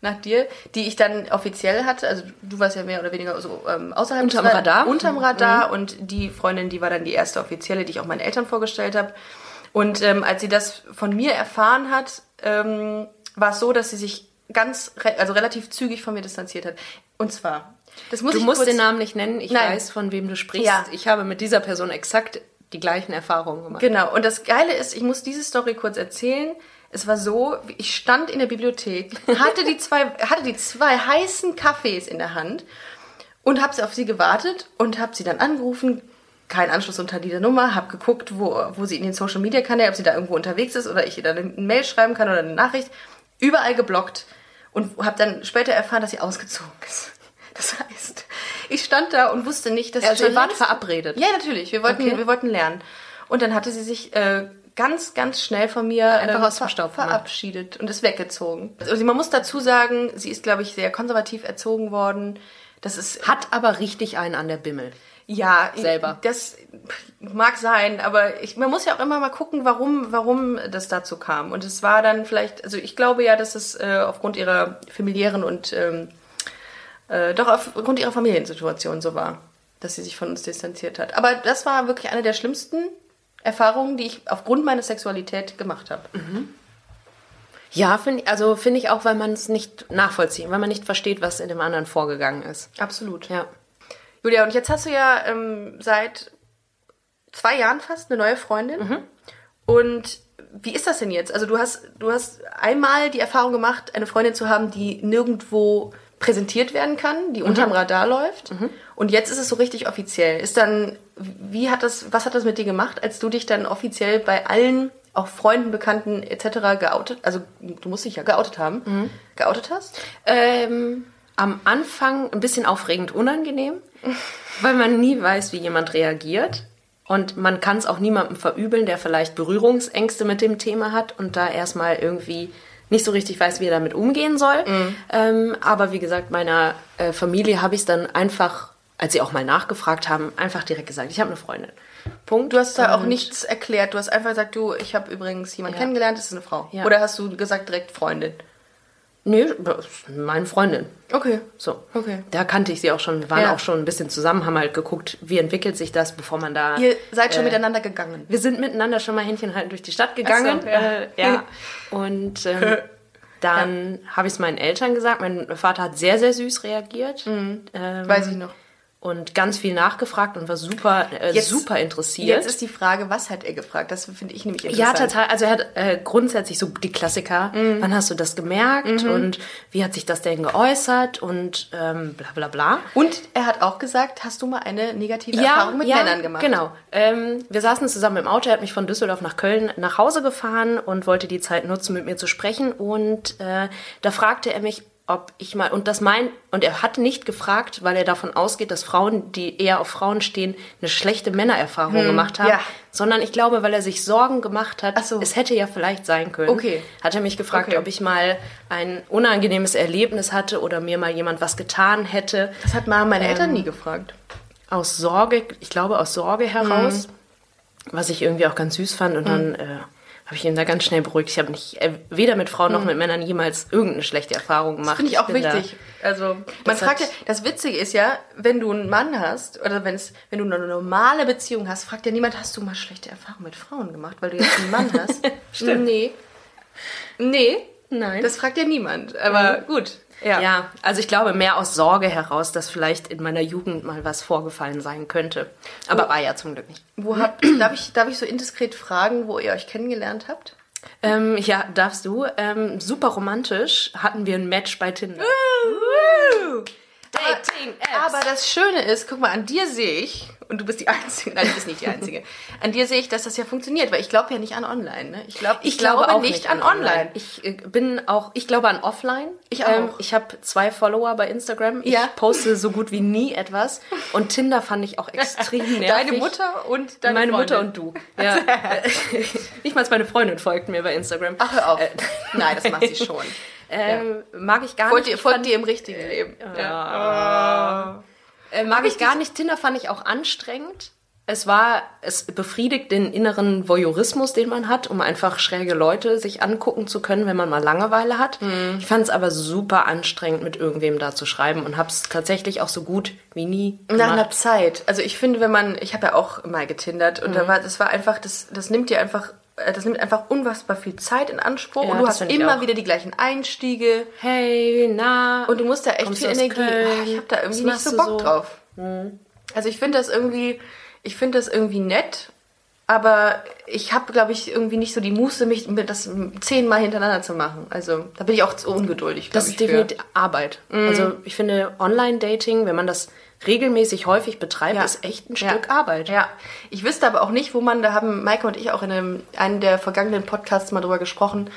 Speaker 1: nach dir, die ich dann offiziell hatte. Also du warst ja mehr oder weniger so ähm, außerhalb
Speaker 2: Unterm
Speaker 1: des-
Speaker 2: Radar. Mhm.
Speaker 1: Unterm Radar und die Freundin, die war dann die erste offizielle, die ich auch meinen Eltern vorgestellt habe. Und ähm, als sie das von mir erfahren hat, ähm, war es so, dass sie sich ganz, re also relativ zügig von mir distanziert hat. Und zwar, das muss
Speaker 2: Du
Speaker 1: ich
Speaker 2: musst
Speaker 1: kurz,
Speaker 2: den Namen nicht nennen, ich
Speaker 1: Nein.
Speaker 2: weiß, von wem du sprichst.
Speaker 1: Ja.
Speaker 2: Ich habe mit dieser Person exakt die gleichen Erfahrungen gemacht.
Speaker 1: Genau, und das Geile ist, ich muss diese Story kurz erzählen. Es war so, ich stand in der Bibliothek, hatte die zwei, hatte die zwei heißen Kaffees in der Hand und habe auf sie gewartet und habe sie dann angerufen. Kein Anschluss unter dieser Nummer, habe geguckt, wo, wo sie in den Social Media Kanälen, ob sie da irgendwo unterwegs ist oder ich ihr dann eine Mail schreiben kann oder eine Nachricht. Überall geblockt und habe dann später erfahren, dass sie ausgezogen ist. Das heißt, ich stand da und wusste nicht, dass
Speaker 2: Also ihr
Speaker 1: schon
Speaker 2: wart
Speaker 1: längst-
Speaker 2: verabredet?
Speaker 1: Ja, natürlich. Wir wollten,
Speaker 2: Okay.
Speaker 1: wir wollten lernen. Und dann hatte sie sich äh, ganz, ganz schnell von mir ähm,
Speaker 2: Einfach aus dem Staub gemacht.
Speaker 1: verabschiedet und ist weggezogen. Also man muss dazu sagen, sie ist, glaube ich, sehr konservativ erzogen worden. Das ist
Speaker 2: Hat aber richtig einen an der Bimmel.
Speaker 1: ja
Speaker 2: Selber.
Speaker 1: Das mag sein, aber ich, man muss ja auch immer mal gucken, warum, warum das dazu kam. Und es war dann vielleicht, also ich glaube ja, dass es äh, aufgrund ihrer familiären und ähm, äh, doch aufgrund ihrer Familiensituation so war, dass sie sich von uns distanziert hat. Aber das war wirklich eine der schlimmsten Erfahrungen, die ich aufgrund meiner Sexualität gemacht habe.
Speaker 2: Mhm. Ja, finde also finde ich auch, weil man es nicht nachvollziehen, weil man nicht versteht, was in dem anderen vorgegangen ist.
Speaker 1: Absolut.
Speaker 2: Ja.
Speaker 1: Julia, und jetzt hast du ja ähm, seit zwei Jahren fast eine neue Freundin. Und wie ist das denn jetzt? Also du hast, du hast einmal die Erfahrung gemacht, eine Freundin zu haben, die nirgendwo präsentiert werden kann, die unterm Radar läuft. Und jetzt ist es so richtig offiziell. Ist dann, wie hat das, was hat das mit dir gemacht, als du dich dann offiziell bei allen, auch Freunden, Bekannten etc. geoutet, also du musst dich ja geoutet haben, geoutet hast?
Speaker 2: Ähm, am Anfang ein bisschen aufregend unangenehm, weil man nie weiß, wie jemand reagiert. Und man kann es auch niemandem verübeln, der vielleicht Berührungsängste mit dem Thema hat und da erstmal irgendwie nicht so richtig weiß, wie er damit umgehen soll.
Speaker 1: Mhm.
Speaker 2: Ähm, aber wie gesagt, meiner äh, Familie habe ich es dann einfach, als sie auch mal nachgefragt haben, einfach direkt gesagt, ich habe eine Freundin. Punkt.
Speaker 1: Du hast da auch
Speaker 2: Und-
Speaker 1: nichts erklärt. Du hast einfach gesagt, du, ich habe übrigens jemanden
Speaker 2: Ja.
Speaker 1: kennengelernt, das ist eine Frau.
Speaker 2: Ja.
Speaker 1: Oder hast du gesagt direkt Freundin?
Speaker 2: Nee, das ist meine Freundin.
Speaker 1: Okay.
Speaker 2: So.
Speaker 1: Okay.
Speaker 2: Da kannte ich sie auch schon, wir waren
Speaker 1: Ja.
Speaker 2: auch schon ein bisschen zusammen, haben halt geguckt, wie entwickelt sich das, bevor man da.
Speaker 1: Ihr seid
Speaker 2: Äh,
Speaker 1: schon miteinander gegangen.
Speaker 2: Wir sind miteinander schon mal Händchen halten durch die Stadt gegangen.
Speaker 1: Ach so, ja.
Speaker 2: Äh, ja. Und ähm, dann habe ich es meinen Eltern gesagt. Mein Vater hat sehr, sehr süß reagiert.
Speaker 1: Mhm.
Speaker 2: Ähm,
Speaker 1: Weiß ich noch.
Speaker 2: Und ganz viel nachgefragt und war super, äh,
Speaker 1: Jetzt-
Speaker 2: super interessiert.
Speaker 1: Jetzt ist die Frage, was hat er gefragt? Das finde ich nämlich
Speaker 2: Ja,
Speaker 1: interessant.
Speaker 2: total. Also er hat äh, grundsätzlich so die Klassiker.
Speaker 1: Mhm.
Speaker 2: Wann hast du das gemerkt und wie hat sich das denn geäußert und ähm, bla bla bla.
Speaker 1: Und er hat auch gesagt, hast du mal eine negative Erfahrung mit Männern gemacht?
Speaker 2: Genau. Ähm, wir saßen zusammen im Auto, er hat mich von Düsseldorf nach Köln nach Hause gefahren und wollte die Zeit nutzen, mit mir zu sprechen. Und äh, da fragte er mich, ob ich mal, und das mein, und er hat nicht gefragt, weil er davon ausgeht, dass Frauen, die eher auf Frauen stehen, eine schlechte Männererfahrung gemacht haben,
Speaker 1: Hm, ja.
Speaker 2: sondern ich glaube, weil er sich Sorgen gemacht hat,
Speaker 1: Ach so.
Speaker 2: es hätte ja vielleicht sein können.
Speaker 1: Okay.
Speaker 2: Hat er mich gefragt,
Speaker 1: Okay.
Speaker 2: ob ich mal ein unangenehmes Erlebnis hatte oder mir mal jemand was getan hätte
Speaker 1: Das hat mal
Speaker 2: Ähm,
Speaker 1: meine Eltern nie gefragt.
Speaker 2: aus Sorge, ich glaube aus Sorge
Speaker 1: Mhm.
Speaker 2: heraus, was ich irgendwie auch ganz süß fand. Und dann äh, habe ich ihn da ganz schnell beruhigt. Ich habe nicht äh, weder mit Frauen noch mit Männern jemals irgendeine schlechte Erfahrung gemacht.
Speaker 1: Finde Mhm. ich auch
Speaker 2: bin da-
Speaker 1: wichtig. Also, man
Speaker 2: Das
Speaker 1: fragt ja,
Speaker 2: hat-
Speaker 1: das Witzige ist ja, wenn du einen Mann hast, oder wenn es, wenn du eine normale Beziehung hast, fragt ja niemand, hast du mal schlechte Erfahrungen mit Frauen gemacht, weil du jetzt einen Mann hast? Stimmt. Nee. Nee.
Speaker 2: Nein. Mhm.
Speaker 1: Das fragt ja niemand. Aber gut.
Speaker 2: ja. also ich glaube mehr aus Sorge heraus, dass vielleicht in meiner Jugend mal was vorgefallen sein könnte.
Speaker 1: Oh.
Speaker 2: Aber war ja zum Glück nicht.
Speaker 1: Wo habt, darf, ich, darf ich so indiskret fragen, wo ihr euch kennengelernt habt?
Speaker 2: Ähm, ja, darfst du. Ähm, super romantisch hatten wir ein Match bei Tinder. Dating-Apps.
Speaker 1: Aber das Schöne ist, guck mal, an dir sehe ich, und du bist die Einzige, nein, du bist nicht die Einzige, an dir sehe ich, dass das ja funktioniert, weil ich glaube ja nicht an Online. Ne? Ich, glaub,
Speaker 2: Ich glaube, auch
Speaker 1: nicht, an Online.
Speaker 2: Ich äh, bin auch, ich glaube an Offline. Ähm,
Speaker 1: Ich auch.
Speaker 2: ich habe zwei Follower bei Instagram.
Speaker 1: Ja.
Speaker 2: Ich poste so gut wie nie etwas. Und Tinder fand ich auch extrem nervig.
Speaker 1: Deine Mutter und deine
Speaker 2: meine
Speaker 1: Freundin.
Speaker 2: Mutter und du. Ja. Nicht mal meine Freundin folgt mir bei Instagram.
Speaker 1: Ach, hör auf. Äh, Nein, das macht sie schon.
Speaker 2: Ähm, Mag ich gar
Speaker 1: Folgt
Speaker 2: nicht.
Speaker 1: ihr, folgt ihr im richtigen Leben. Ja.
Speaker 2: Äh, mag ich gar nicht. Tinder fand ich auch anstrengend. Es war, es befriedigt den inneren Voyeurismus, den man hat, um einfach schräge Leute sich angucken zu können, wenn man mal Langeweile hat.
Speaker 1: Mhm.
Speaker 2: Ich fand es aber super anstrengend, mit irgendwem da zu schreiben und hab's tatsächlich auch so gut wie nie
Speaker 1: Nach
Speaker 2: gemacht.
Speaker 1: einer Mhm. Zeit. Also ich finde, wenn man, ich habe ja auch mal getindert und da war, das war einfach, das, das nimmt dir einfach äh, das nimmt einfach unfassbar viel Zeit in Anspruch
Speaker 2: Ja,
Speaker 1: und du
Speaker 2: das
Speaker 1: hast
Speaker 2: find ich
Speaker 1: immer
Speaker 2: auch.
Speaker 1: wieder die gleichen Einstiege
Speaker 2: Hey, na.
Speaker 1: und du musst da echt
Speaker 2: Kommst
Speaker 1: viel
Speaker 2: du aus
Speaker 1: Energie.
Speaker 2: Köln?
Speaker 1: Ah, ich habe da irgendwie
Speaker 2: Was
Speaker 1: nicht so
Speaker 2: machst
Speaker 1: Bock
Speaker 2: du so? Mhm.
Speaker 1: drauf. Also ich finde das irgendwie, ich finde das irgendwie nett, aber ich habe, glaube ich, irgendwie nicht so die Muße, mich mir das zehnmal hintereinander zu machen. Also da bin ich auch zu ungeduldig. glaub
Speaker 2: Das
Speaker 1: ich,
Speaker 2: ist
Speaker 1: für. Mhm.
Speaker 2: definitiv Arbeit. Also ich finde Online-Dating, wenn man das regelmäßig häufig betreibt,
Speaker 1: Ja.
Speaker 2: ist echt ein
Speaker 1: Ja.
Speaker 2: Stück Arbeit.
Speaker 1: Ja, ich wüsste aber auch nicht, wo man, da haben Maike und ich auch in einem, einem der vergangenen Podcasts mal drüber gesprochen,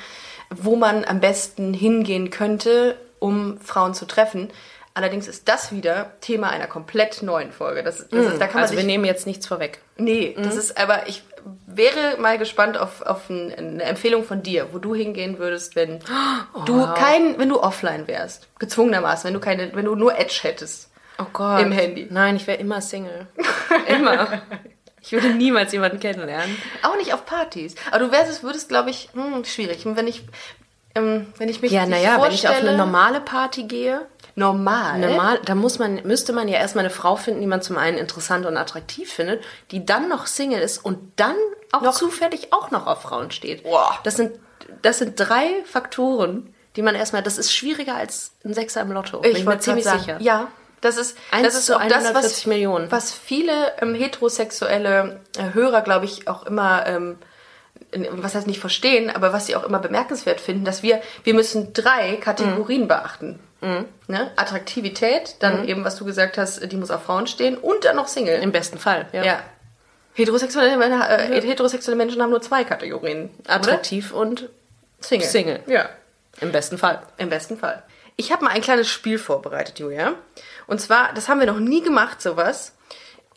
Speaker 1: wo man am besten hingehen könnte, um Frauen zu treffen. Allerdings ist das wieder Thema einer komplett neuen Folge. Das, das ist, da kann man
Speaker 2: Also wir
Speaker 1: sich,
Speaker 2: nehmen jetzt nichts vorweg.
Speaker 1: nee, das
Speaker 2: Mhm.
Speaker 1: ist, aber ich wäre mal gespannt auf, auf ein, eine Empfehlung von dir, wo du hingehen würdest, wenn du kein, wenn du offline wärst, gezwungenermaßen, wenn du keine, wenn du nur Edge hättest.
Speaker 2: Oh Gott.
Speaker 1: Im Handy.
Speaker 2: Nein, ich wäre immer Single. immer. Ich würde niemals jemanden kennenlernen.
Speaker 1: Auch nicht auf Partys. Aber du wärst, es würdest, glaube ich, hm, schwierig. Und Wenn ich, ähm, wenn ich mich
Speaker 2: Ja,
Speaker 1: dich
Speaker 2: naja, wenn ich auf eine
Speaker 1: vorstelle-
Speaker 2: normale Party gehe,
Speaker 1: normal.
Speaker 2: normal, da muss man, müsste man ja erstmal eine Frau finden, die man zum einen interessant und attraktiv findet, die dann noch Single ist und dann auch
Speaker 1: Noch-
Speaker 2: zufällig auch noch auf Frauen steht.
Speaker 1: Boah.
Speaker 2: Das sind, das sind drei Faktoren, die man erstmal, das ist schwieriger als ein Sechser im Lotto. bin
Speaker 1: ich
Speaker 2: mir
Speaker 1: wollte
Speaker 2: ziemlich
Speaker 1: sagen,
Speaker 2: sicher.
Speaker 1: Ja, das ist,
Speaker 2: Eins
Speaker 1: das ist
Speaker 2: zu
Speaker 1: auch das, was,
Speaker 2: 140 Millionen.
Speaker 1: was viele ähm, heterosexuelle äh, Hörer, glaube ich, auch immer, ähm, in- was heißt nicht verstehen, aber was sie auch immer bemerkenswert finden, dass wir, wir müssen drei
Speaker 2: Mhm.
Speaker 1: Kategorien beachten. Ne? Attraktivität, dann eben, was du gesagt hast, die muss auf Frauen stehen und dann noch Single.
Speaker 2: Im besten Fall, ja.
Speaker 1: Ja. Heterosexuelle, Männer, äh, heterosexuelle Menschen haben nur zwei Kategorien.
Speaker 2: Attraktiv und
Speaker 1: Oder? Single.
Speaker 2: Single.
Speaker 1: Ja,
Speaker 2: im besten Fall.
Speaker 1: im besten Fall. Ich habe mal ein kleines Spiel vorbereitet, Julia. Und zwar, das haben wir noch nie gemacht, sowas.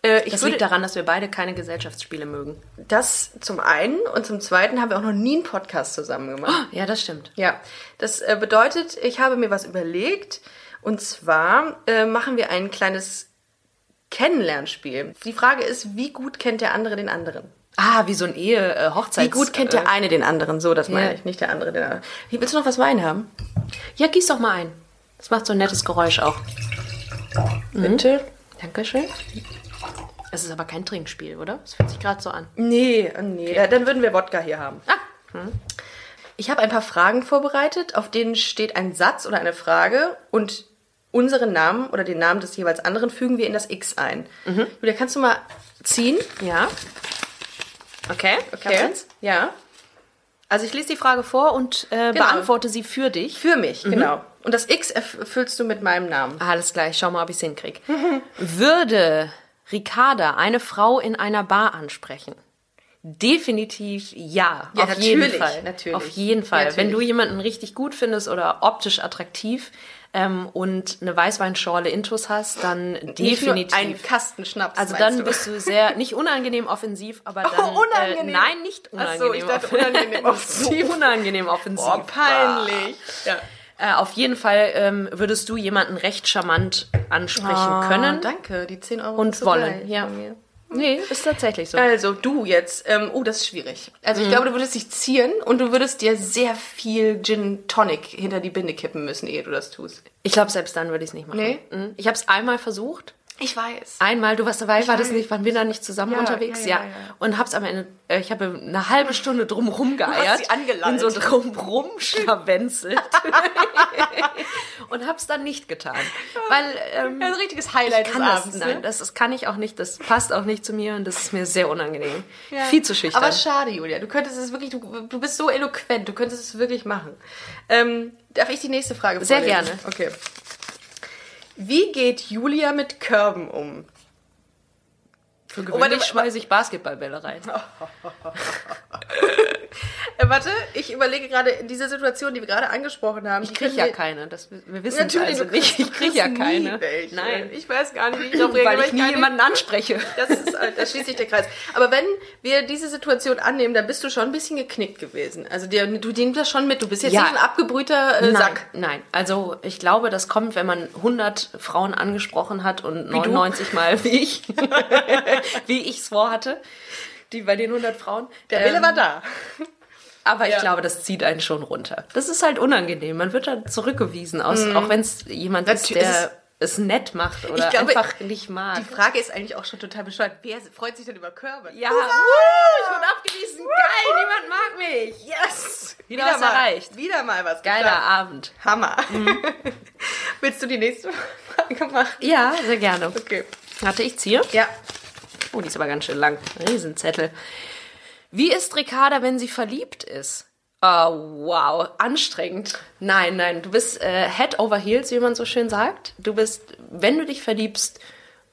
Speaker 1: Äh, ich
Speaker 2: Das
Speaker 1: würde
Speaker 2: liegt daran, dass wir beide keine Gesellschaftsspiele mögen.
Speaker 1: das zum einen und zum zweiten haben wir auch noch nie einen Podcast zusammen gemacht.
Speaker 2: Ja, das stimmt.
Speaker 1: Ja, das äh, bedeutet, ich habe mir was überlegt. Und zwar äh, machen wir ein kleines Kennenlernspiel. Die Frage ist, wie gut kennt der andere den anderen?
Speaker 2: Ah, wie so ein Ehe, äh, Hochzeits...
Speaker 1: Wie gut kennt der eine den anderen? So, das meine
Speaker 2: ja.
Speaker 1: ich, nicht der andere den anderen. Hier, Willst du noch was Wein haben?
Speaker 2: Ja, gieß doch mal ein. Das macht so ein nettes Geräusch auch. Mhm.
Speaker 1: Bitte?
Speaker 2: Dankeschön. Es ist aber kein Trinkspiel, oder? Es fühlt sich gerade so an.
Speaker 1: Nee, oh nee. Ja, dann würden wir Wodka hier haben. Ah. Ich habe ein paar Fragen vorbereitet, auf denen steht ein Satz oder eine Frage und unseren Namen oder den Namen des jeweils anderen fügen wir in das X ein.
Speaker 2: Mhm.
Speaker 1: Julia, kannst du mal ziehen?
Speaker 2: Ja. Okay.
Speaker 1: Okay. Ja.
Speaker 2: Also ich lese die Frage vor und äh, beantworte sie für dich.
Speaker 1: Für mich, genau. Und das X erf- erfüllst du mit meinem Namen.
Speaker 2: Alles gleich, schau mal, ob ich es hinkriege. Würde Ricarda eine Frau in einer Bar ansprechen? Definitiv ja.
Speaker 1: Ja,
Speaker 2: auf
Speaker 1: natürlich,
Speaker 2: jeden Fall.
Speaker 1: natürlich.
Speaker 2: Auf jeden Fall. Wenn
Speaker 1: Natürlich.
Speaker 2: du jemanden richtig gut findest oder optisch attraktiv ähm, und eine Weißweinschorle intus hast, dann
Speaker 1: Nicht nur
Speaker 2: definitiv.
Speaker 1: Ein Kasten Schnaps.
Speaker 2: Also
Speaker 1: meinst
Speaker 2: dann
Speaker 1: du?
Speaker 2: bist du sehr, nicht unangenehm offensiv, aber dann...
Speaker 1: Oh, unangenehm.
Speaker 2: Äh, nein, nicht unangenehm.
Speaker 1: Ach so, ich dachte
Speaker 2: offensiv.
Speaker 1: unangenehm offensiv.
Speaker 2: so unangenehm offensiv.
Speaker 1: Oh, peinlich. Ja.
Speaker 2: Äh, auf jeden Fall ähm, würdest du jemanden recht charmant ansprechen
Speaker 1: Ah,
Speaker 2: können.
Speaker 1: Danke, die 10 Euro.
Speaker 2: Und
Speaker 1: sind so
Speaker 2: wollen,
Speaker 1: geil
Speaker 2: ja.
Speaker 1: von mir.
Speaker 2: Nee, ist tatsächlich so.
Speaker 1: Also du jetzt, ähm, oh, das ist schwierig. Also
Speaker 2: Mhm.
Speaker 1: ich glaube, du würdest dich zieren und du würdest dir sehr viel Gin Tonic hinter die Binde kippen müssen, ehe du das tust.
Speaker 2: Ich glaube, selbst dann würde ich es nicht machen.
Speaker 1: Nee?
Speaker 2: Mhm. Ich habe es einmal versucht.
Speaker 1: Ich weiß.
Speaker 2: Einmal, du warst dabei, war das
Speaker 1: weiß.
Speaker 2: nicht, waren wir da nicht zusammen
Speaker 1: Ja,
Speaker 2: unterwegs?
Speaker 1: ja,
Speaker 2: Ja,
Speaker 1: ja, ja.
Speaker 2: Und hab's am Ende, äh, ich habe eine halbe Stunde drum
Speaker 1: hast
Speaker 2: rumgeeiert.
Speaker 1: sie angelallt.
Speaker 2: Bin so drum rumschlawenzelt. und hab's dann nicht getan. Weil, ähm,
Speaker 1: Ein richtiges Highlight
Speaker 2: kann
Speaker 1: des
Speaker 2: das,
Speaker 1: Abends.
Speaker 2: nein,
Speaker 1: ne?
Speaker 2: das, das kann ich auch nicht, das passt auch nicht zu mir und das ist mir sehr unangenehm. Viel zu schüchtern.
Speaker 1: Aber schade, Julia. Du könntest es wirklich, du, du bist so eloquent, du könntest es wirklich machen. Ähm, darf ich die nächste Frage
Speaker 2: Sehr
Speaker 1: vorlesen?
Speaker 2: gerne.
Speaker 1: Okay. Wie geht Julia mit Körben um?
Speaker 2: Für
Speaker 1: warte,
Speaker 2: gewöhnlich
Speaker 1: wa-
Speaker 2: schmeiße ich Basketballbälle rein.
Speaker 1: Äh, warte, ich überlege gerade diese Situation, die wir gerade angesprochen haben.
Speaker 2: Ich krieg ja keine, das, wir wissen es
Speaker 1: Natürlich,
Speaker 2: also
Speaker 1: du kriegst,
Speaker 2: nicht.
Speaker 1: du
Speaker 2: Ich krieg ja
Speaker 1: kriegst Nie
Speaker 2: keine.
Speaker 1: welche.
Speaker 2: Nein.
Speaker 1: Ich weiß gar nicht, wie ich darauf reagiere.
Speaker 2: Weil ich nie
Speaker 1: keine-
Speaker 2: jemanden anspreche.
Speaker 1: Das ist, äh, da schließt sich der Kreis. Aber wenn wir diese Situation annehmen, dann bist du schon ein bisschen geknickt gewesen. Also dir, du nimmst das schon mit. Du bist jetzt
Speaker 2: Ja.
Speaker 1: nicht ein abgebrühter äh,
Speaker 2: Nein,
Speaker 1: Sack.
Speaker 2: nein. Also ich glaube, das kommt, wenn man 100 Frauen angesprochen hat und
Speaker 1: du?
Speaker 2: 99 Mal wie ich, wie ich es vorhatte, die bei den 100 Frauen.
Speaker 1: Der Wille
Speaker 2: Ähm,
Speaker 1: war da.
Speaker 2: Aber ich
Speaker 1: Ja.
Speaker 2: glaube, das zieht einen schon runter. Das ist halt unangenehm. Man wird dann zurückgewiesen, aus, auch wenn es jemand
Speaker 1: Mhm. Natürlich
Speaker 2: ist,
Speaker 1: ist
Speaker 2: der es nett macht oder
Speaker 1: glaube,
Speaker 2: einfach nicht mag.
Speaker 1: Die Frage ist eigentlich auch schon total bescheuert. Wer freut sich denn über Körbe?
Speaker 2: Ja, Wuhu, ich wurde abgewiesen. Geil, niemand mag mich.
Speaker 1: Yes!
Speaker 2: Wieder was erreicht.
Speaker 1: Wieder mal was
Speaker 2: Geiler
Speaker 1: geschafft.
Speaker 2: Abend.
Speaker 1: Hammer. Willst du die nächste Frage machen?
Speaker 2: Ja, sehr gerne.
Speaker 1: Okay.
Speaker 2: Warte, ich ziehe.
Speaker 1: Ja.
Speaker 2: Oh, die ist aber ganz schön lang. Riesenzettel. Wie ist Ricarda, wenn sie verliebt ist? Oh, wow, anstrengend. Nein, nein, du bist äh, head over heels, wie man so schön sagt. Du bist, wenn du dich verliebst,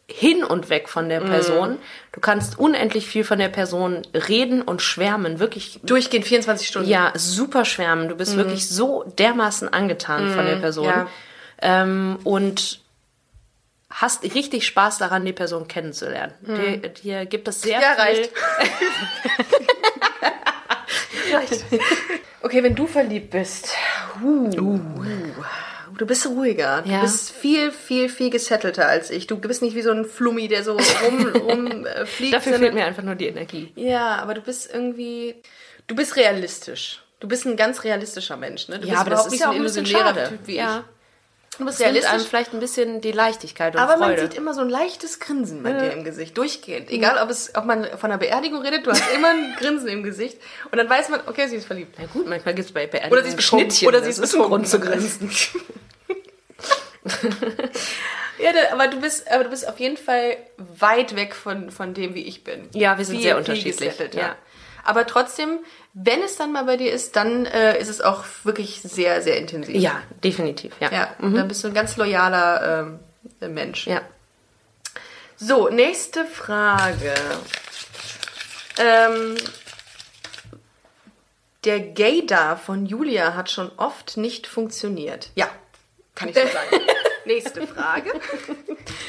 Speaker 2: hin und weg von
Speaker 1: Mhm.
Speaker 2: der Person. Du kannst unendlich viel von der Person reden und schwärmen. Wirklich
Speaker 1: Durchgehend 24 Stunden.
Speaker 2: ja, super schwärmen. Du bist wirklich so dermaßen angetan von der Person.
Speaker 1: Mhm. ja.
Speaker 2: Ähm, und hast richtig Spaß daran, die Person kennenzulernen. Dir, dir gibt es sehr
Speaker 1: Mhm. Ja,
Speaker 2: viel.
Speaker 1: reicht. Okay, wenn du verliebt bist, uh, du bist ruhiger.
Speaker 2: Ja.
Speaker 1: Du bist viel, viel, viel gesettelter als ich. Du bist nicht wie so ein Flummi, der so rum, rum äh, fliegt.
Speaker 2: Dafür
Speaker 1: sondern-
Speaker 2: fehlt mir einfach nur die Energie.
Speaker 1: ja, aber du bist irgendwie, du bist realistisch. Du bist ein ganz realistischer Mensch, ne? Du bist überhaupt nicht so ein illusionärer Typ wie
Speaker 2: ja.
Speaker 1: ich. Du bist
Speaker 2: Das nimmt einem
Speaker 1: realistisch,
Speaker 2: vielleicht ein bisschen die Leichtigkeit und
Speaker 1: aber man
Speaker 2: Freude.
Speaker 1: sieht immer so ein leichtes Grinsen bei dir im Gesicht, durchgehend. Egal, ob, es, ob man von einer Beerdigung redet, du hast immer ein Grinsen im Gesicht. Und dann weiß man, okay, sie ist verliebt.
Speaker 2: Na gut, manchmal gibt es bei Beerdigungen
Speaker 1: Oder sie ist betrunken. Oder sie ist
Speaker 2: das ist ein Grund zu
Speaker 1: betrunken.
Speaker 2: grinsen.
Speaker 1: Ja, da, aber du bist, aber du bist auf jeden Fall weit weg von, von dem, wie ich bin.
Speaker 2: Ja, wir sind sehr unterschiedlich,
Speaker 1: gesettelter.
Speaker 2: ja.
Speaker 1: Aber trotzdem, wenn es dann mal bei dir ist, dann äh, ist es auch wirklich sehr, sehr intensiv.
Speaker 2: Ja, definitiv. Ja.
Speaker 1: Ja, dann bist du ein ganz loyaler ähm, Mensch.
Speaker 2: ja.
Speaker 1: So, nächste Frage. Ähm, der Gaydar von Julia hat schon oft nicht funktioniert. Ja, kann ich so sagen. nächste Frage.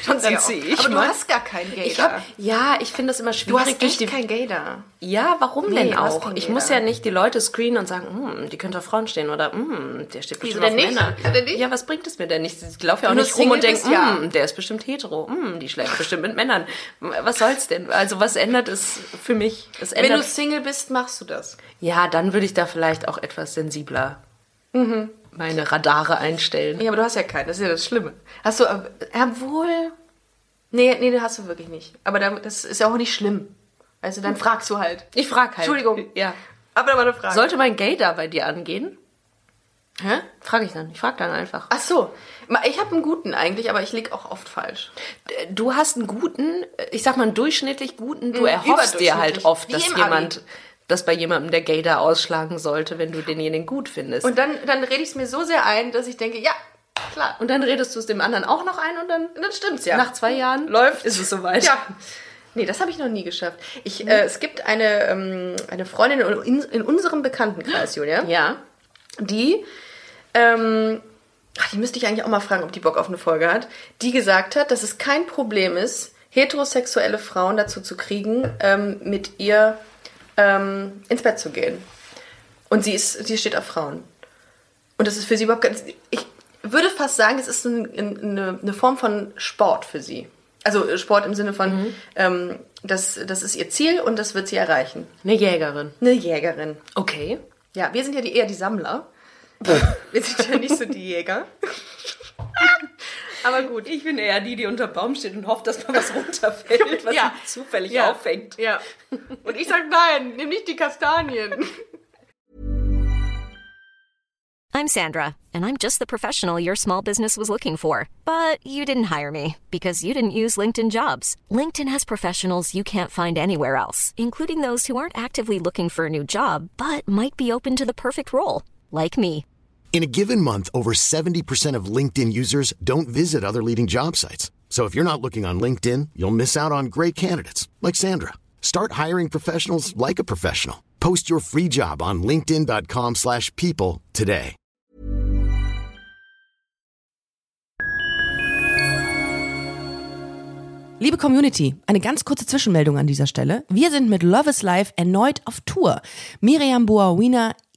Speaker 1: Schon
Speaker 2: Dann
Speaker 1: sehr
Speaker 2: zieh
Speaker 1: oft.
Speaker 2: ich
Speaker 1: Aber
Speaker 2: mal.
Speaker 1: du hast gar keinen Gaydar.
Speaker 2: Ich hab, ja, ich finde das immer schwierig.
Speaker 1: Du hast
Speaker 2: durch
Speaker 1: echt
Speaker 2: die
Speaker 1: kein Gaydar.
Speaker 2: Ja, warum
Speaker 1: Nee,
Speaker 2: denn
Speaker 1: du hast
Speaker 2: auch?
Speaker 1: kein
Speaker 2: Ich
Speaker 1: Leder.
Speaker 2: muss ja nicht die Leute screenen und sagen, "Hm, die könnte auf Frauen stehen oder "Hm, der steht bestimmt auf
Speaker 1: denn nicht?
Speaker 2: Männer.
Speaker 1: Wieso denn nicht?
Speaker 2: Ja, was bringt es mir denn nicht? Ich laufe ja auch
Speaker 1: Wenn du
Speaker 2: nicht rum
Speaker 1: Single
Speaker 2: und denke,
Speaker 1: bist, ja.
Speaker 2: "Hm, der ist bestimmt hetero, Hm, die schläft bestimmt mit Männern. Was soll's denn? Also was ändert es für mich? Es
Speaker 1: Wenn du
Speaker 2: ändert,
Speaker 1: Single bist, machst du das.
Speaker 2: ja, dann würde ich da vielleicht auch etwas sensibler Mhm. meine Radare einstellen.
Speaker 1: Ja, aber du hast ja keinen, das ist ja das Schlimme. Hast du, äh, obwohl. Nee, nee, den hast du wirklich nicht. Aber da- das ist ja auch nicht schlimm. Also dann fragst du halt.
Speaker 2: Ich frage halt.
Speaker 1: Entschuldigung.
Speaker 2: Ja.
Speaker 1: Aber mal eine Frage.
Speaker 2: Sollte mein Gay da bei dir angehen?
Speaker 1: Hä?
Speaker 2: Frage ich dann. Ich frage dann einfach.
Speaker 1: Ach so. Ma- Ich habe einen guten eigentlich, aber ich lieg auch oft falsch.
Speaker 2: du hast einen guten, ich sag mal einen durchschnittlich guten, du erhoffst dir halt
Speaker 1: überdurchschnittlich.
Speaker 2: oft,
Speaker 1: Wie
Speaker 2: dass
Speaker 1: im Abi.
Speaker 2: jemand, dass bei jemandem der Gay da ausschlagen sollte, wenn du denjenigen gut findest.
Speaker 1: Und dann, dann rede ich es mir so sehr ein, dass ich denke, ja, klar.
Speaker 2: Und dann redest du es dem anderen auch noch ein und dann
Speaker 1: Und dann stimmt's ja.
Speaker 2: nach zwei Jahren
Speaker 1: Läuft.
Speaker 2: ist es soweit.
Speaker 1: Ja. Nee, das habe ich noch nie geschafft. Ich, äh, es gibt eine, ähm, eine Freundin in, in unserem Bekanntenkreis, Julia,
Speaker 2: Ja.
Speaker 1: die, ähm, ach, die müsste ich eigentlich auch mal fragen, ob die Bock auf eine Folge hat, die gesagt hat, dass es kein Problem ist, heterosexuelle Frauen dazu zu kriegen, ähm, mit ihr ähm, ins Bett zu gehen. Und sie, ist, sie steht auf Frauen. Und das ist für sie überhaupt ganz. Ich würde fast sagen, es ist ein, ein, eine, eine Form von Sport für sie. Also äh, Sport im Sinne von, ähm, das, das ist ihr Ziel und das wird sie erreichen.
Speaker 2: Eine Jägerin.
Speaker 1: Eine Jägerin.
Speaker 2: Okay.
Speaker 1: Ja, wir sind ja die, eher die Sammler. wir sind ja nicht so die Jäger.
Speaker 2: Aber gut. Ich bin eher die, die unter Baum steht und hofft, dass mal was runterfällt, was
Speaker 1: Ja.
Speaker 2: sie zufällig
Speaker 1: Ja.
Speaker 2: auffängt.
Speaker 1: Ja. Und ich sag nein, nimm nicht die Kastanien.
Speaker 3: I'm Sandra, and I'm just the professional your small business was looking for. But you didn't hire me because you didn't use LinkedIn jobs. LinkedIn has professionals you can't find anywhere else, including those who aren't actively looking for a new job but might be open to the perfect role, like me.
Speaker 4: In a given month, over 70% of LinkedIn users don't visit other leading job sites. So if you're not looking on LinkedIn, you'll miss out on great candidates like Sandra. Start hiring professionals like a professional. Post your free job on linkedin.com/people slash people today.
Speaker 5: Liebe Community, eine ganz kurze Zwischenmeldung an dieser Stelle. Wir sind mit Love is Life erneut auf Tour. Miriam Boawina,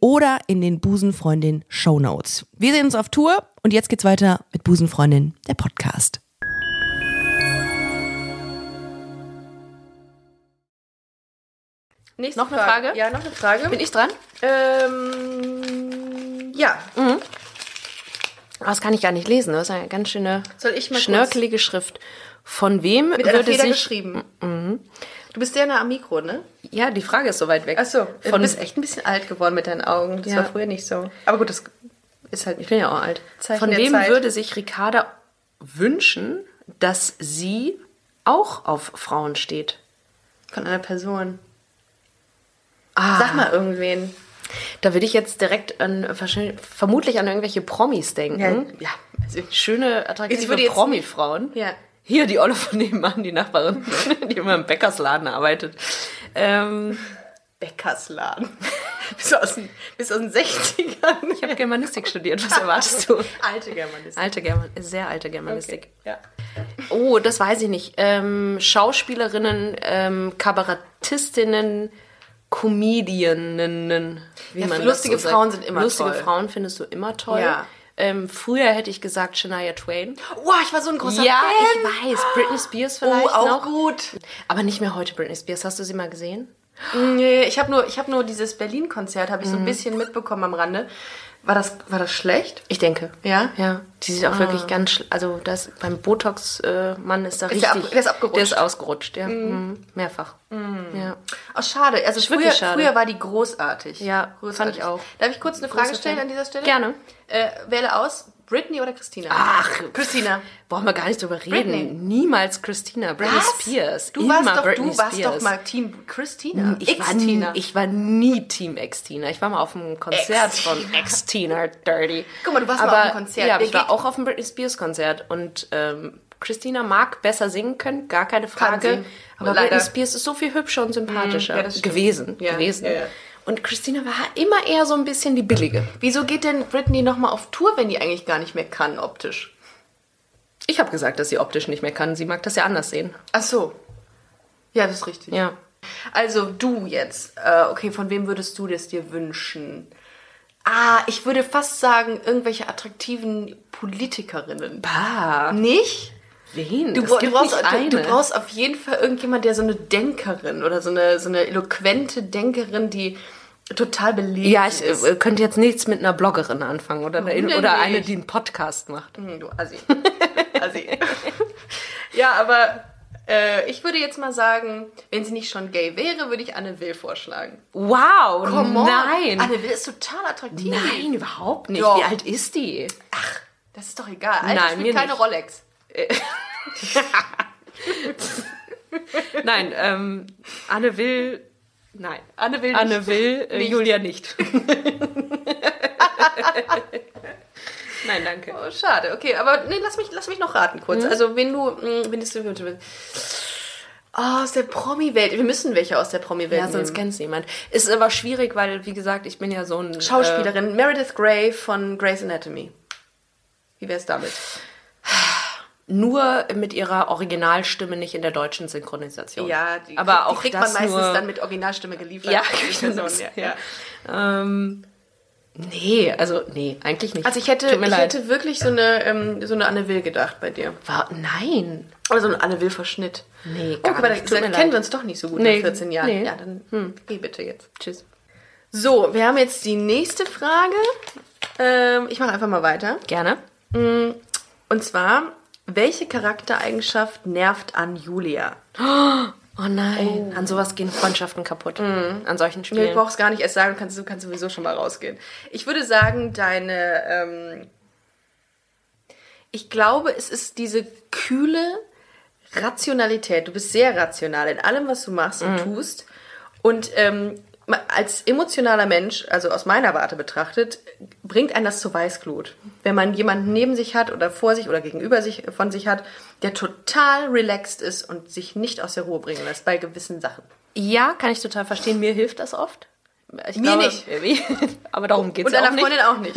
Speaker 5: oder in den Busenfreundin Shownotes. Wir sehen uns auf Tour und jetzt geht's weiter mit Busenfreundin, der Podcast.
Speaker 1: Nächste
Speaker 2: Noch eine Frage?
Speaker 1: Ja, noch eine Frage.
Speaker 2: Bin ich dran?
Speaker 1: Ähm, ja.
Speaker 2: Ah, Das kann ich gar nicht lesen. Das ist eine ganz schöne
Speaker 1: Soll ich mal kurz-
Speaker 2: schnörkelige Schrift. Von wem
Speaker 1: Mit einer
Speaker 2: würde
Speaker 1: Feder
Speaker 2: sich Mhm.
Speaker 1: geschrieben. Du bist sehr nah am Mikro, ne?
Speaker 2: Ja, die Frage ist so weit weg.
Speaker 1: Ach so,
Speaker 2: Von
Speaker 1: du bist echt ein bisschen alt geworden mit deinen Augen. Das
Speaker 2: Ja.
Speaker 1: war früher nicht so. Aber gut, das ist halt
Speaker 2: Ich
Speaker 1: nicht.
Speaker 2: bin ja auch alt.
Speaker 1: Zeichen
Speaker 2: Von
Speaker 1: der
Speaker 2: wem
Speaker 1: Zeit.
Speaker 2: würde sich Ricarda wünschen, dass sie auch auf Frauen steht?
Speaker 1: Von einer Person.
Speaker 2: Ah.
Speaker 1: Sag mal irgendwen.
Speaker 2: Da würde ich jetzt direkt an wahrscheinlich- vermutlich an irgendwelche Promis denken.
Speaker 1: ja. Also,
Speaker 2: Schöne, attraktive
Speaker 1: Ich würde jetzt-
Speaker 2: Promi-Frauen.
Speaker 1: Ja.
Speaker 2: Hier, die Olle von nebenan, die Nachbarin, die immer im Bäckersladen arbeitet. Ähm,
Speaker 1: Bäckersladen. bist, du aus den, bist du aus den 60ern?
Speaker 2: ich habe Germanistik studiert, was erwartest du?
Speaker 1: Alte Germanistik.
Speaker 2: Alte German sehr alte Germanistik.
Speaker 1: Ja.
Speaker 2: Oh, das weiß ich nicht. Ähm, Schauspielerinnen, ähm, Kabarettistinnen, Comedianinnen. Wie
Speaker 1: Ja,
Speaker 2: man das
Speaker 1: lustige
Speaker 2: sagt.
Speaker 1: Frauen sind immer
Speaker 2: lustige
Speaker 1: toll.
Speaker 2: Frauen findest du immer toll.
Speaker 1: Ja.
Speaker 2: Ähm, früher hätte ich gesagt Shania Twain.
Speaker 1: Wow, ich war Oh, so ein großer
Speaker 2: ja,
Speaker 1: Fan.
Speaker 2: ich weiß. Britney Spears vielleicht
Speaker 1: oh, auch
Speaker 2: noch.
Speaker 1: gut.
Speaker 2: Aber nicht mehr heute Britney Spears. Hast du sie mal gesehen?
Speaker 1: Nee, ich habe nur, ich hab nur dieses Berlin-Konzert, habe ich
Speaker 2: Mhm.
Speaker 1: so ein bisschen mitbekommen am Rande. War das, war das schlecht?
Speaker 2: Ich denke.
Speaker 1: Ja? Ah.
Speaker 2: Ja. Die sieht auch wirklich ganz, schl- also das beim Botox-Mann ist da
Speaker 1: Ist der
Speaker 2: richtig.
Speaker 1: ab- der ist abgerutscht.
Speaker 2: Der ist ausgerutscht, ja. Mhm. Mehrfach. Ja.
Speaker 1: Oh, schade. Also früher,
Speaker 2: wirklich schade.
Speaker 1: früher war die großartig.
Speaker 2: Ja, fand
Speaker 1: großartig.
Speaker 2: ich auch.
Speaker 1: Darf ich kurz eine
Speaker 2: Großer
Speaker 1: Frage stellen
Speaker 2: Fan.
Speaker 1: an dieser Stelle?
Speaker 2: Gerne.
Speaker 1: Äh, wähle aus, Britney oder Christina?
Speaker 2: Ach,
Speaker 1: Christina.
Speaker 2: Brauchen wir gar nicht drüber reden.
Speaker 1: Britney.
Speaker 2: Niemals Christina. Britney
Speaker 1: Was?
Speaker 2: Spears.
Speaker 1: Du warst,
Speaker 2: Immer
Speaker 1: doch,
Speaker 2: Britney
Speaker 1: du warst
Speaker 2: Spears.
Speaker 1: doch mal Team Christina.
Speaker 2: Ich war, nie,
Speaker 1: Ex-Tina.
Speaker 2: ich war nie Team Ex-Tina. Ich war mal auf einem Konzert von Ex-Tina Dirty.
Speaker 1: Guck mal, du warst mal
Speaker 2: aber,
Speaker 1: auf einem Konzert.
Speaker 2: Ja, aber
Speaker 1: Der
Speaker 2: ich war
Speaker 1: Gig-
Speaker 2: auch auf einem Britney Spears Konzert. Und ähm, Christina mag besser singen können, gar keine Frage.
Speaker 1: sie.
Speaker 2: Aber
Speaker 1: Leider.
Speaker 2: Britney Spears ist so viel hübscher und sympathischer
Speaker 1: Mm, ja, das stimmt.
Speaker 2: gewesen.
Speaker 1: Ja,
Speaker 2: gewesen.
Speaker 1: ja, ja.
Speaker 2: Und Christina war immer eher so ein bisschen die Billige.
Speaker 1: Wieso geht denn Britney nochmal auf Tour, wenn die eigentlich gar nicht mehr kann optisch?
Speaker 2: Ich habe gesagt, dass sie optisch nicht mehr kann. Sie mag das ja anders sehen.
Speaker 1: Ach so. Ja, das ist richtig.
Speaker 2: Ja.
Speaker 1: Also du jetzt. Äh, okay, von wem würdest du das dir wünschen? Ah, ich würde fast sagen, irgendwelche attraktiven Politikerinnen.
Speaker 2: Ah,
Speaker 1: Nicht?
Speaker 2: wen?
Speaker 1: Du,
Speaker 2: Es
Speaker 1: bra- du,
Speaker 2: gibt
Speaker 1: brauchst,
Speaker 2: nicht
Speaker 1: du, du
Speaker 2: eine.
Speaker 1: brauchst auf jeden Fall irgendjemand, der so eine Denkerin oder so eine, so eine eloquente Denkerin, die total belebt
Speaker 2: Ja, ich
Speaker 1: ist.
Speaker 2: äh, könnte jetzt nichts mit einer Bloggerin anfangen oder,
Speaker 1: denn
Speaker 2: oder eine,
Speaker 1: nicht?
Speaker 2: die einen Podcast macht.
Speaker 1: Hm, du Assi. Du Assi. ja, aber äh, ich würde jetzt mal sagen, wenn sie nicht schon gay wäre, würde ich Anne Will vorschlagen.
Speaker 2: Wow, nein.
Speaker 1: Anne Will ist total attraktiv.
Speaker 2: Ah, Nein, überhaupt nicht.
Speaker 1: Doch.
Speaker 2: Wie alt ist die?
Speaker 1: Das ist doch egal. Alter,
Speaker 2: Nein,
Speaker 1: spielt
Speaker 2: mir
Speaker 1: keine
Speaker 2: nicht.
Speaker 1: Rolex.
Speaker 2: Nein, ähm, Anne will. Nein,
Speaker 1: Anne Will
Speaker 2: Anne
Speaker 1: nicht.
Speaker 2: will, äh,
Speaker 1: Nicht.
Speaker 2: Julia nicht. nein, danke.
Speaker 1: Oh, schade. Okay, aber nee, lass mich, lass mich noch raten
Speaker 2: Hm?
Speaker 1: kurz. Also, wenn du, mh, wenn du wünschen Oh, aus der Promi-Welt. Wir müssen welche aus der Promi-Welt
Speaker 2: Ja, sonst
Speaker 1: nehmen.
Speaker 2: kennt es niemand. Ist aber schwierig, weil, wie gesagt, ich bin ja so ein.
Speaker 1: Äh,
Speaker 2: äh,
Speaker 1: Schauspielerin Meredith Grey von Grey's Anatomy. Wie wär's damit?
Speaker 2: nur mit ihrer Originalstimme, nicht in der deutschen Synchronisation.
Speaker 1: die,
Speaker 2: aber
Speaker 1: die
Speaker 2: auch
Speaker 1: kriegt
Speaker 2: das
Speaker 1: man meistens
Speaker 2: nur,
Speaker 1: dann mit Originalstimme geliefert.
Speaker 2: Ja,
Speaker 1: Die
Speaker 2: ich
Speaker 1: Person,
Speaker 2: weiß.
Speaker 1: ja, ja.
Speaker 2: Ähm, nee, also nee, eigentlich nicht.
Speaker 1: Also ich hätte,
Speaker 2: Tut mir
Speaker 1: ich
Speaker 2: leid.
Speaker 1: hätte wirklich so eine, ähm, so eine Anne Will gedacht bei dir.
Speaker 2: Wa- nein.
Speaker 1: Oder so einen Anne Will-Verschnitt.
Speaker 2: Nee,
Speaker 1: Oh,
Speaker 2: gar
Speaker 1: guck mal, da,
Speaker 2: nicht. Tut mir
Speaker 1: da kennen
Speaker 2: leid.
Speaker 1: wir uns doch nicht so gut
Speaker 2: Nee,
Speaker 1: nach 14 Jahren.
Speaker 2: nee. Hm.
Speaker 1: Ja, dann geh bitte jetzt.
Speaker 2: Tschüss.
Speaker 1: So, wir haben jetzt die nächste Frage. Ähm, ich mache einfach mal weiter.
Speaker 2: Gerne.
Speaker 1: Und zwar, welche Charaktereigenschaft nervt an Julia?
Speaker 2: Oh nein. Mhm. An sowas gehen Freundschaften kaputt. An solchen
Speaker 1: Nee, du
Speaker 2: Spielen.
Speaker 1: brauchst gar nicht erst sagen, du kannst, du kannst sowieso schon mal rausgehen. Ich würde sagen, deine. Ähm, ich glaube, es ist diese kühle Rationalität. Du bist sehr rational in allem, was du machst und tust. Und ähm, ma- als emotionaler Mensch, also aus meiner Warte betrachtet, bringt einen das zur Weißglut. Wenn man jemanden neben sich hat oder vor sich oder gegenüber sich äh, von sich hat, der total relaxed ist und sich nicht aus der Ruhe bringen lässt bei gewissen Sachen.
Speaker 2: Ja, kann ich total verstehen. Mir hilft das oft. Ich
Speaker 1: Mir nicht.
Speaker 2: Aber darum geht's
Speaker 1: Und
Speaker 2: ja auch
Speaker 1: deiner
Speaker 2: nicht.
Speaker 1: Freundin auch nicht.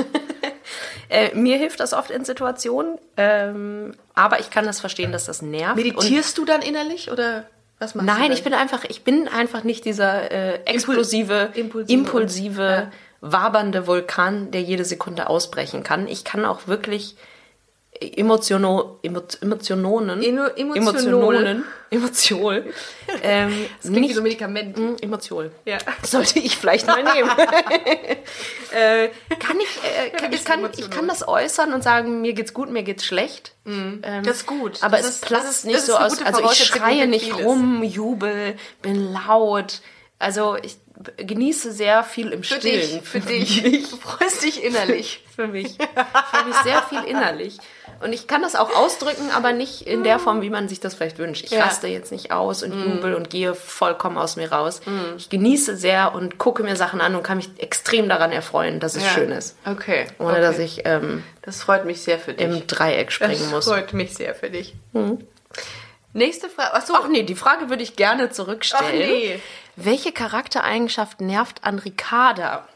Speaker 2: Äh, mir hilft das oft in Situationen. Ähm, aber ich kann das verstehen, dass das nervt. und
Speaker 1: Meditierst du dann innerlich oder was machst du?
Speaker 2: Nein,
Speaker 1: dann?
Speaker 2: ich bin einfach, ich bin einfach nicht dieser äh, explosive,
Speaker 1: Impulsive.
Speaker 2: impulsive, wabernde Vulkan, der jede Sekunde ausbrechen kann. Ich kann auch wirklich Emotiono, emo, Emotionen,
Speaker 1: Eno- Emotionol.
Speaker 2: Emotionen, Emotion, ähm,
Speaker 1: Klingt wie
Speaker 2: nicht
Speaker 1: so ein Medikament.
Speaker 2: Mm, Emotion. Ja. Sollte ich vielleicht mal nehmen. äh, kann ich, äh, kann, ich, kann, ich kann das äußern und sagen, mir geht's gut, mir geht's schlecht. Ähm,
Speaker 1: Mhm. Das ist gut.
Speaker 2: Aber
Speaker 1: Das
Speaker 2: es
Speaker 1: ist- das
Speaker 2: platzt
Speaker 1: ist-
Speaker 2: nicht
Speaker 1: das
Speaker 2: so
Speaker 1: ist eine
Speaker 2: aus.
Speaker 1: gute
Speaker 2: Also ich
Speaker 1: Voraussetzung für
Speaker 2: schreie nicht
Speaker 1: vieles.
Speaker 2: rum, jubel, bin laut. Also ich b- genieße sehr viel im
Speaker 1: Für
Speaker 2: Stillen.
Speaker 1: dich, für dich. Du freust dich innerlich.
Speaker 2: Für mich. Für mich sehr viel innerlich. Und ich kann das auch ausdrücken, aber nicht in der Form, wie man sich das vielleicht wünscht. Ich raste jetzt nicht aus und
Speaker 1: Mm.
Speaker 2: jubel und gehe vollkommen aus mir raus. Ich genieße sehr und gucke mir Sachen an und kann mich extrem daran erfreuen, dass es schön ist.
Speaker 1: Okay.
Speaker 2: Ohne
Speaker 1: okay.
Speaker 2: dass ich ähm,
Speaker 1: Das freut mich sehr für dich.
Speaker 2: im Dreieck springen muss.
Speaker 1: Das freut mich sehr für dich. Nächste Frage. Achso,
Speaker 2: Ach nee, die Frage würde ich gerne zurückstellen.
Speaker 1: Ach nee.
Speaker 2: Welche Charaktereigenschaft nervt an Ricarda?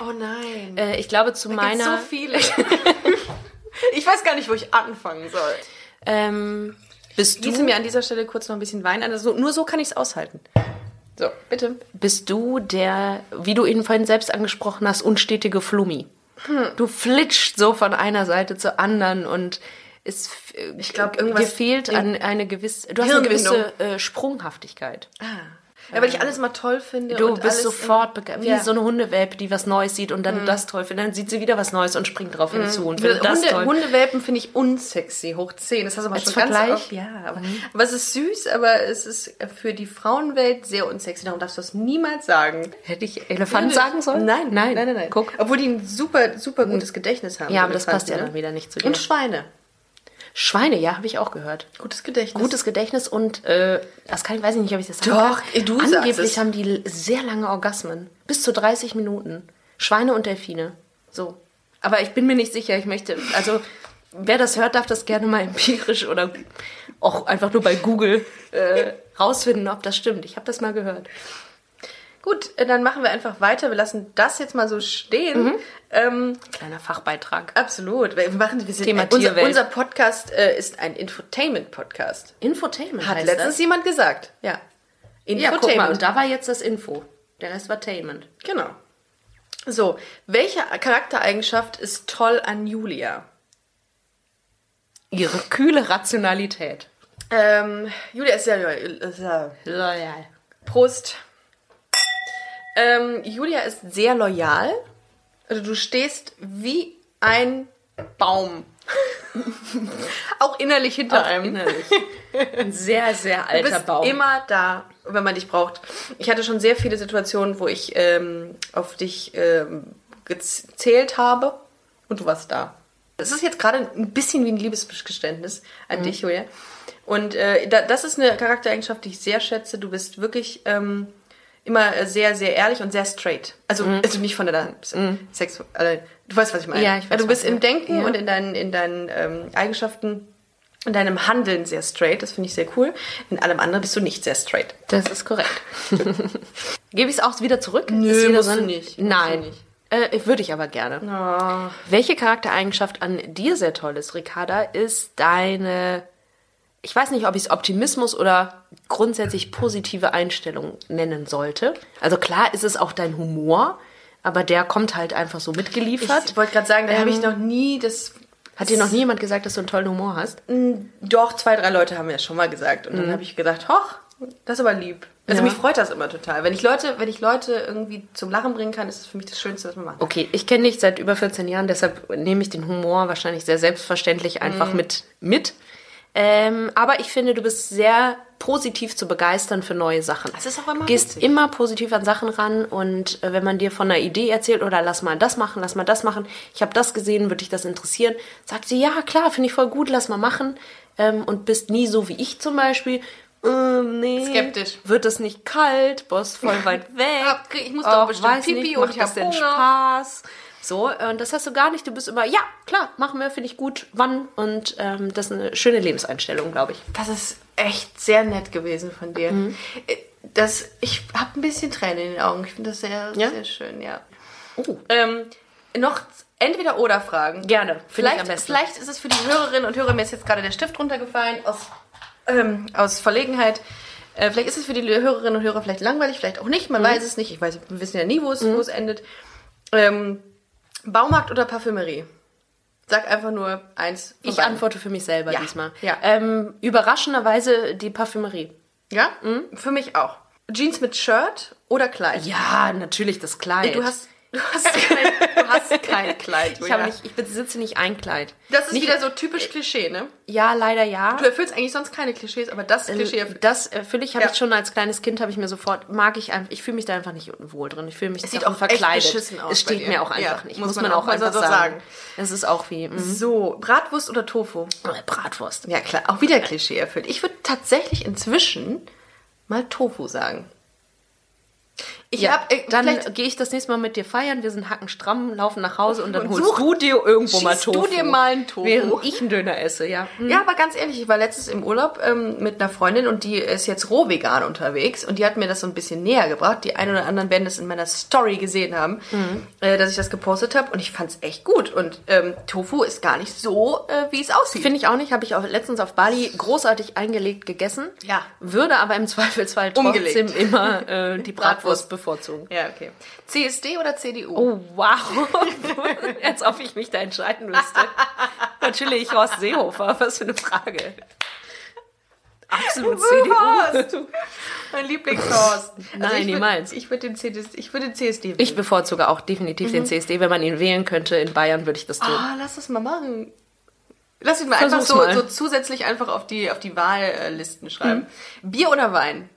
Speaker 1: oh nein.
Speaker 2: Äh, ich glaube, zu
Speaker 1: Gibt's
Speaker 2: meiner.
Speaker 1: so viele. ich weiß gar nicht, wo ich anfangen soll.
Speaker 2: ähm, bist
Speaker 1: Gieße
Speaker 2: du
Speaker 1: mir an dieser Stelle kurz noch ein bisschen Wein an. Also, nur so kann ich es aushalten. So, bitte.
Speaker 2: bist du der, wie du ihn vorhin selbst angesprochen hast, unstetige Flummi.
Speaker 1: Hm.
Speaker 2: Du flitscht so von einer Seite zur anderen und es ich
Speaker 1: glaub, irgendwas
Speaker 2: dir fehlt an eine gewisse du hast eine
Speaker 1: Hirnwindung.
Speaker 2: gewisse äh, Sprunghaftigkeit.
Speaker 1: Ja, weil ich alles mal toll finde.
Speaker 2: Du
Speaker 1: und
Speaker 2: bist
Speaker 1: alles
Speaker 2: sofort begeistert, wie
Speaker 1: Ja. Hm.
Speaker 2: so eine Hundewelpe, die was Neues sieht und dann das toll findet, dann sieht sie wieder was Neues und springt drauf hinzu und findet das
Speaker 1: Hunde,
Speaker 2: toll.
Speaker 1: Hundewelpen finde ich unsexy, hoch 10. Das hast du mal
Speaker 2: Als
Speaker 1: schon
Speaker 2: Vergleich?
Speaker 1: ganz oft. Ja, aber, aber es ist süß, aber es ist für die Frauenwelt sehr unsexy. Darum darfst du das niemals sagen.
Speaker 2: Hätte ich Elefant sagen sollen?
Speaker 1: Nein,
Speaker 2: nein,
Speaker 1: nein, nein, nein.
Speaker 2: Guck.
Speaker 1: Obwohl die ein super, super gutes Gedächtnis haben.
Speaker 2: Ja,
Speaker 1: die
Speaker 2: aber das
Speaker 1: Elefanten,
Speaker 2: passt ja
Speaker 1: ne?
Speaker 2: dann wieder nicht zu dir.
Speaker 1: Und Schweine.
Speaker 2: Schweine, ja, habe ich auch gehört.
Speaker 1: Gutes Gedächtnis.
Speaker 2: Gutes Gedächtnis und äh, das kann ich, weiß ich nicht, ob ich das sagen
Speaker 1: Doch,
Speaker 2: kann.
Speaker 1: du sagst
Speaker 2: Angeblich
Speaker 1: es.
Speaker 2: haben die sehr lange Orgasmen. Bis zu 30 Minuten. Schweine und Delfine. So. Aber ich bin mir nicht sicher, ich möchte, also wer das hört, darf das gerne mal empirisch oder auch einfach nur bei Google äh, rausfinden, ob das stimmt. Ich habe das mal gehört.
Speaker 1: Gut, äh, dann machen wir einfach weiter. Wir lassen das jetzt mal so stehen. Ähm,
Speaker 2: Mhm. Kleiner Fachbeitrag.
Speaker 1: absolut. Wir machen, wir sind,
Speaker 2: Thema
Speaker 1: äh, unser,
Speaker 2: Tierwelt.
Speaker 1: unser Podcast äh, ist ein Infotainment-Podcast.
Speaker 2: Infotainment
Speaker 1: Hat
Speaker 2: heißt
Speaker 1: letztens
Speaker 2: das.
Speaker 1: jemand gesagt. Ja.
Speaker 2: Ja, guck mal,
Speaker 1: Infotainment.
Speaker 2: und da war jetzt das Info. Der Rest war Tainment.
Speaker 1: genau. So, welche Charaktereigenschaft ist toll an Julia?
Speaker 2: Ihre kühle Rationalität.
Speaker 1: Ähm, Julia ist ja, ist ja
Speaker 2: Loyal.
Speaker 1: Prost. Ähm, Julia ist sehr loyal. Also du stehst wie ein Baum. Auch innerlich hinter einem.
Speaker 2: Innerlich. Ein sehr, sehr
Speaker 1: Du
Speaker 2: alter
Speaker 1: bist
Speaker 2: Baum.
Speaker 1: immer da, wenn man dich braucht. Ich hatte schon sehr viele Situationen, wo ich ähm, auf dich ähm, gezählt habe und du warst da. Das ist jetzt gerade ein bisschen wie ein Liebesgeständnis
Speaker 2: Mhm.
Speaker 1: an dich, Julia. Und äh, da, das ist eine Charaktereigenschaft, die ich sehr schätze. Du bist wirklich ähm, immer äh, sehr, sehr ehrlich und sehr straight. Also, also nicht von der Sex. Äh, du weißt, was ich meine.
Speaker 2: Mhm.
Speaker 1: Also,
Speaker 2: Ja, ich weiß,
Speaker 1: du bist
Speaker 2: was du-
Speaker 1: im Denken
Speaker 2: ja.
Speaker 1: und in deinen, in deinen ähm, Eigenschaften in deinem Handeln sehr straight, das finde ich sehr cool. In allem anderen bist du nicht sehr straight.
Speaker 2: Das ist korrekt. Gebe ich es auch wieder zurück?
Speaker 1: Nö,
Speaker 2: Ist wieder
Speaker 1: musst
Speaker 2: ein-
Speaker 1: du nicht.
Speaker 2: Nein.
Speaker 1: Musst
Speaker 2: Äh, würde ich aber gerne. Welche Charaktereigenschaft an dir sehr toll ist, Ricarda, ist deine, ich weiß nicht, ob ich es Optimismus oder grundsätzlich positive Einstellung nennen sollte. Also klar ist es auch dein Humor, aber der kommt halt einfach so mitgeliefert.
Speaker 1: Ich wollte gerade sagen, da habe ich
Speaker 2: Ähm,
Speaker 1: noch nie das.
Speaker 2: Hat dir noch nie jemand gesagt, dass du einen tollen Humor hast?
Speaker 1: Doch, zwei, drei Leute haben mir das schon mal gesagt. Und dann habe ich gedacht, hoch, das ist aber lieb. Also
Speaker 2: Mhm. Ja.
Speaker 1: mich freut das immer total. Wenn ich Leute, wenn ich Leute irgendwie zum Lachen bringen kann, ist es für mich das Schönste, was man macht.
Speaker 2: Okay, ich kenne dich seit über 14 Jahren, deshalb nehme ich den Humor wahrscheinlich sehr selbstverständlich
Speaker 1: Mhm.
Speaker 2: einfach mit. mit. Ähm, aber ich finde, du bist sehr positiv zu begeistern für neue Sachen.
Speaker 1: Das ist auch immer
Speaker 2: Gehst
Speaker 1: witzig.
Speaker 2: immer positiv an Sachen ran und äh, wenn man dir von einer Idee erzählt oder lass mal das machen, lass mal das machen, ich habe das gesehen, würde dich das interessieren, sagt sie, ja klar, finde ich voll gut, lass mal machen ähm, und bist nie so wie ich zum Beispiel, ähm, nee.
Speaker 1: Skeptisch.
Speaker 2: Wird es nicht kalt? Boss voll weit weg.
Speaker 1: Hab- ich muss doch
Speaker 2: Och,
Speaker 1: bestimmt
Speaker 2: weiß
Speaker 1: Pipi
Speaker 2: nicht,
Speaker 1: und
Speaker 2: macht
Speaker 1: ich
Speaker 2: das
Speaker 1: hab
Speaker 2: denn
Speaker 1: Hunger.
Speaker 2: Spaß? So, äh, und das hast du gar nicht. Du bist immer, ja, klar, machen wir, finde ich gut, wann. Und ähm, das ist eine schöne Lebenseinstellung, glaube ich.
Speaker 1: Das ist echt sehr nett gewesen von dir.
Speaker 2: Mhm.
Speaker 1: Äh, Das, ich habe ein bisschen Tränen in den Augen. Ich finde das sehr,
Speaker 2: Ja?
Speaker 1: sehr schön, ja.
Speaker 2: Oh.
Speaker 1: Ähm, noch entweder oder Fragen.
Speaker 2: Gerne, finde ich
Speaker 1: Vielleicht,
Speaker 2: am besten.
Speaker 1: vielleicht ist es für die Hörerinnen und Hörer, mir ist jetzt gerade der Stift runtergefallen aus, ähm, aus Verlegenheit. Äh, vielleicht ist es für die Hörerinnen und Hörer vielleicht langweilig, vielleicht auch nicht.
Speaker 2: Mhm.
Speaker 1: Man weiß es nicht. Ich weiß, wir wissen ja nie, wo es, wo es endet. Ähm, Baumarkt oder Parfümerie? Sag einfach nur eins. von
Speaker 2: Ich
Speaker 1: beiden.
Speaker 2: antworte für mich selber
Speaker 1: Ja,
Speaker 2: diesmal.
Speaker 1: ja.
Speaker 2: Ähm, überraschenderweise die Parfümerie.
Speaker 1: Ja? Für mich auch. Jeans mit Shirt oder Kleid?
Speaker 2: Ja, natürlich das Kleid.
Speaker 1: Du hast, du hast, kein, du hast kein Kleid.
Speaker 2: Ich,
Speaker 1: Julia.
Speaker 2: habe nicht, ich besitze nicht ein Kleid.
Speaker 1: Das ist
Speaker 2: nicht,
Speaker 1: wieder so typisch Klischee, ne?
Speaker 2: Ja, leider ja.
Speaker 1: Du erfüllst eigentlich sonst keine Klischees, aber das Klischee erfüllt.
Speaker 2: Ähm, Das erfülle ich, habe
Speaker 1: Ja.
Speaker 2: ich schon als kleines Kind, habe ich mir sofort, mag ich einfach, ich fühle mich da einfach nicht wohl drin. Ich fühle mich
Speaker 1: sieht
Speaker 2: davon
Speaker 1: auch echt
Speaker 2: verkleidet.
Speaker 1: beschissen aus
Speaker 2: es
Speaker 1: bei
Speaker 2: steht
Speaker 1: dir.
Speaker 2: mir auch einfach
Speaker 1: Ja,
Speaker 2: nicht, muss, man auch,
Speaker 1: mal so
Speaker 2: einfach
Speaker 1: sagen.
Speaker 2: sagen. Es ist auch wie mm,
Speaker 1: So, Bratwurst oder Tofu?
Speaker 2: Bratwurst.
Speaker 1: Ja klar, auch wieder Klischee erfüllt. Ich würde tatsächlich inzwischen mal Tofu sagen. Ich
Speaker 2: Ja,
Speaker 1: hab, äh, vielleicht
Speaker 2: dann gehe ich das nächste Mal mit dir feiern. Wir sind hackenstramm, laufen nach Hause und dann
Speaker 1: Und
Speaker 2: holst
Speaker 1: such-
Speaker 2: du dir irgendwo mal
Speaker 1: schießt du
Speaker 2: Tofu.
Speaker 1: dir mal einen Tofu.
Speaker 2: Während ich einen Döner esse, ja. Hm.
Speaker 1: Ja, aber ganz ehrlich, ich war letztens im Urlaub ähm, mit einer Freundin und die ist jetzt roh vegan unterwegs und die hat mir das so ein bisschen näher gebracht. Die ein oder anderen werden das in meiner Story gesehen haben, äh, dass ich das gepostet habe und ich fand's echt gut. Und ähm, Tofu ist gar nicht so, äh, wie es aussieht.
Speaker 2: Finde ich auch nicht. Habe ich auch letztens auf Bali großartig eingelegt gegessen.
Speaker 1: Ja.
Speaker 2: Würde aber im Zweifelsfall
Speaker 1: Umgelegt.
Speaker 2: trotzdem immer äh, die Bratwurst bevorzugen.
Speaker 1: ja, okay. CSD oder CDU?
Speaker 2: Oh, wow. Als ob ich mich da entscheiden müsste. Natürlich Horst Seehofer. Was für eine Frage. Absolut
Speaker 1: Horst.
Speaker 2: CDU.
Speaker 1: Mein Lieblingshorst.
Speaker 2: Nein,
Speaker 1: ich würd-
Speaker 2: niemals.
Speaker 1: Ich würde den CSD, ich würde den CSD wählen.
Speaker 2: Ich bevorzuge auch definitiv den CSD. Wenn man ihn wählen könnte in Bayern, würde ich das tun.
Speaker 1: Ah, lass das mal machen. Lass ihn mal
Speaker 2: Versuch's
Speaker 1: einfach
Speaker 2: mal.
Speaker 1: so, so zusätzlich einfach auf die, auf die Wahllisten schreiben. Hm. Bier oder Wein?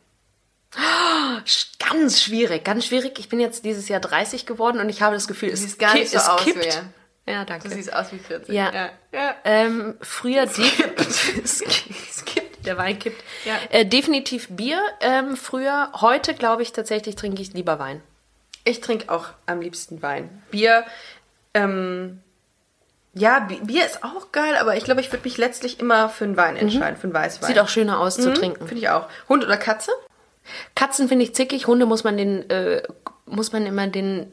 Speaker 2: Sch- Ganz schwierig, ganz schwierig. Ich bin jetzt dieses Jahr 30 geworden und ich habe das Gefühl, es,
Speaker 1: siehst gar
Speaker 2: ki-
Speaker 1: nicht so
Speaker 2: es
Speaker 1: aus,
Speaker 2: kippt.
Speaker 1: Julia.
Speaker 2: Ja, danke.
Speaker 1: Du siehst aus wie 40.
Speaker 2: Ja.
Speaker 1: ja. ja.
Speaker 2: Ähm, früher definitiv. Der Wein kippt.
Speaker 1: Ja.
Speaker 2: Äh, definitiv Bier. Ähm, früher, heute glaube ich tatsächlich trinke ich lieber Wein.
Speaker 1: Ich trinke auch am liebsten Wein. Bier, ähm, ja, Bi- Bier ist auch geil, aber ich glaube, ich würde mich letztlich immer für einen Wein entscheiden, für einen Weißwein.
Speaker 2: Sieht auch schöner aus
Speaker 1: Mhm.
Speaker 2: zu trinken.
Speaker 1: Finde ich auch. Hund oder Katze?
Speaker 2: Katzen finde ich zickig, Hunde muss man den, äh, muss man immer den,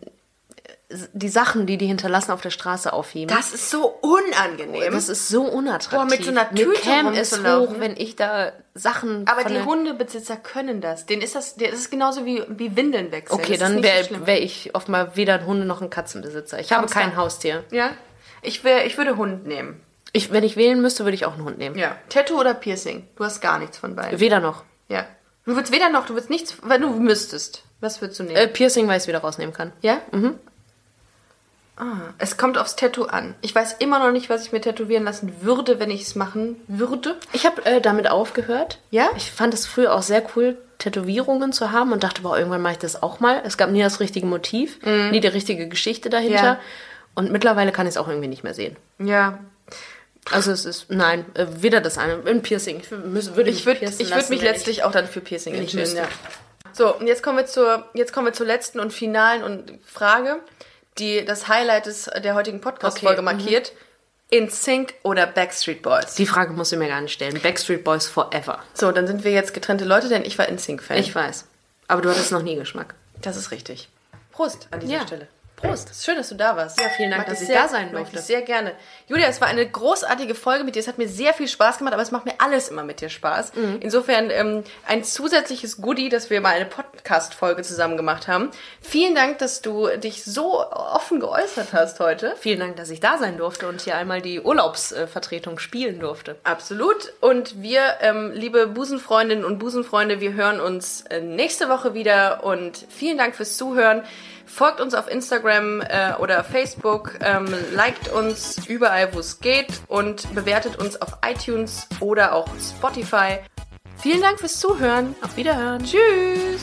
Speaker 2: die Sachen, die die hinterlassen, auf der Straße aufheben.
Speaker 1: Das ist so unangenehm.
Speaker 2: das ist so unattraktiv.
Speaker 1: Boah, mit so einer
Speaker 2: Mir
Speaker 1: Tüte
Speaker 2: käme es hoch,
Speaker 1: rumzulaufen.
Speaker 2: wenn ich da Sachen.
Speaker 1: aber
Speaker 2: von
Speaker 1: die
Speaker 2: der-
Speaker 1: Hundebesitzer können das. Denen ist das, denen ist es genauso wie, wie Windeln wechseln. das
Speaker 2: Okay,
Speaker 1: ist
Speaker 2: dann
Speaker 1: nicht so
Speaker 2: wäre
Speaker 1: schlimm.
Speaker 2: wär ich oft mal weder ein Hunde noch ein Katzenbesitzer. Ich habe
Speaker 1: Hamster.
Speaker 2: kein Haustier.
Speaker 1: Ja? Ich, wär, ich würde Hund nehmen.
Speaker 2: Ich, wenn ich wählen müsste, würde ich auch einen Hund nehmen.
Speaker 1: Ja. Tattoo oder Piercing? Du hast gar nichts von beiden.
Speaker 2: Also Weder noch.
Speaker 1: Ja. Du würdest weder noch, du würdest nichts, wenn du müsstest. Was würdest du nehmen?
Speaker 2: Äh, mhm. Piercing, weil ich es wieder rausnehmen kann.
Speaker 1: Ja? Ah, es kommt aufs Tattoo an. Ich weiß immer noch nicht, was ich mir tätowieren lassen würde, wenn ich es machen würde.
Speaker 2: Ich habe äh, damit aufgehört.
Speaker 1: Ja?
Speaker 2: Ich fand es früher auch sehr cool, Tätowierungen zu haben und dachte, boah, irgendwann mache ich das auch mal. Es gab nie das richtige Motiv, nie die richtige Geschichte dahinter.
Speaker 1: Mhm. Ja.
Speaker 2: Und mittlerweile kann ich es auch irgendwie nicht mehr sehen.
Speaker 1: Ja.
Speaker 2: Also es ist, nein, äh, weder das eine, ein Piercing. Ich müß, würde
Speaker 1: Ich würde ich würd mich letztlich auch dann für Piercing entscheiden. Ja. So, und jetzt kommen, wir zur, jetzt kommen wir zur letzten und finalen und Frage, die das Highlight des, der heutigen Podcast-Folge
Speaker 2: Okay, mhm.
Speaker 1: markiert. In Sync oder Backstreet Boys?
Speaker 2: Die Frage musst du mir gar nicht stellen. Backstreet Boys forever.
Speaker 1: So, dann sind wir jetzt getrennte Leute, denn ich war In Sync-Fan.
Speaker 2: Ich weiß. Aber du hattest noch nie Geschmack.
Speaker 1: Das ist richtig. Prost an dieser
Speaker 2: Ja.
Speaker 1: Stelle. Prost. Schön, dass du da warst. Ja,
Speaker 2: vielen Dank, dass ich da sein durfte.
Speaker 1: Sehr gerne. Julia, es war eine großartige Folge mit dir. Es hat mir sehr viel Spaß gemacht, aber es macht mir alles immer mit dir Spaß.
Speaker 2: Mhm.
Speaker 1: Insofern ähm, ein zusätzliches Goodie, dass wir mal eine Podcast-Folge zusammen gemacht haben. Vielen Dank, dass du dich so offen geäußert hast heute.
Speaker 2: Vielen Dank, dass ich da sein durfte und hier einmal die Urlaubsvertretung spielen durfte.
Speaker 1: Absolut. Und wir, ähm, liebe Busenfreundinnen und Busenfreunde, wir hören uns äh, nächste Woche wieder und vielen Dank fürs Zuhören. Folgt uns auf Instagram äh, oder Facebook, ähm, liked uns überall, wo es geht und bewertet uns auf iTunes oder auch Spotify. Vielen Dank fürs Zuhören.
Speaker 2: Auf Wiederhören.
Speaker 1: Tschüss.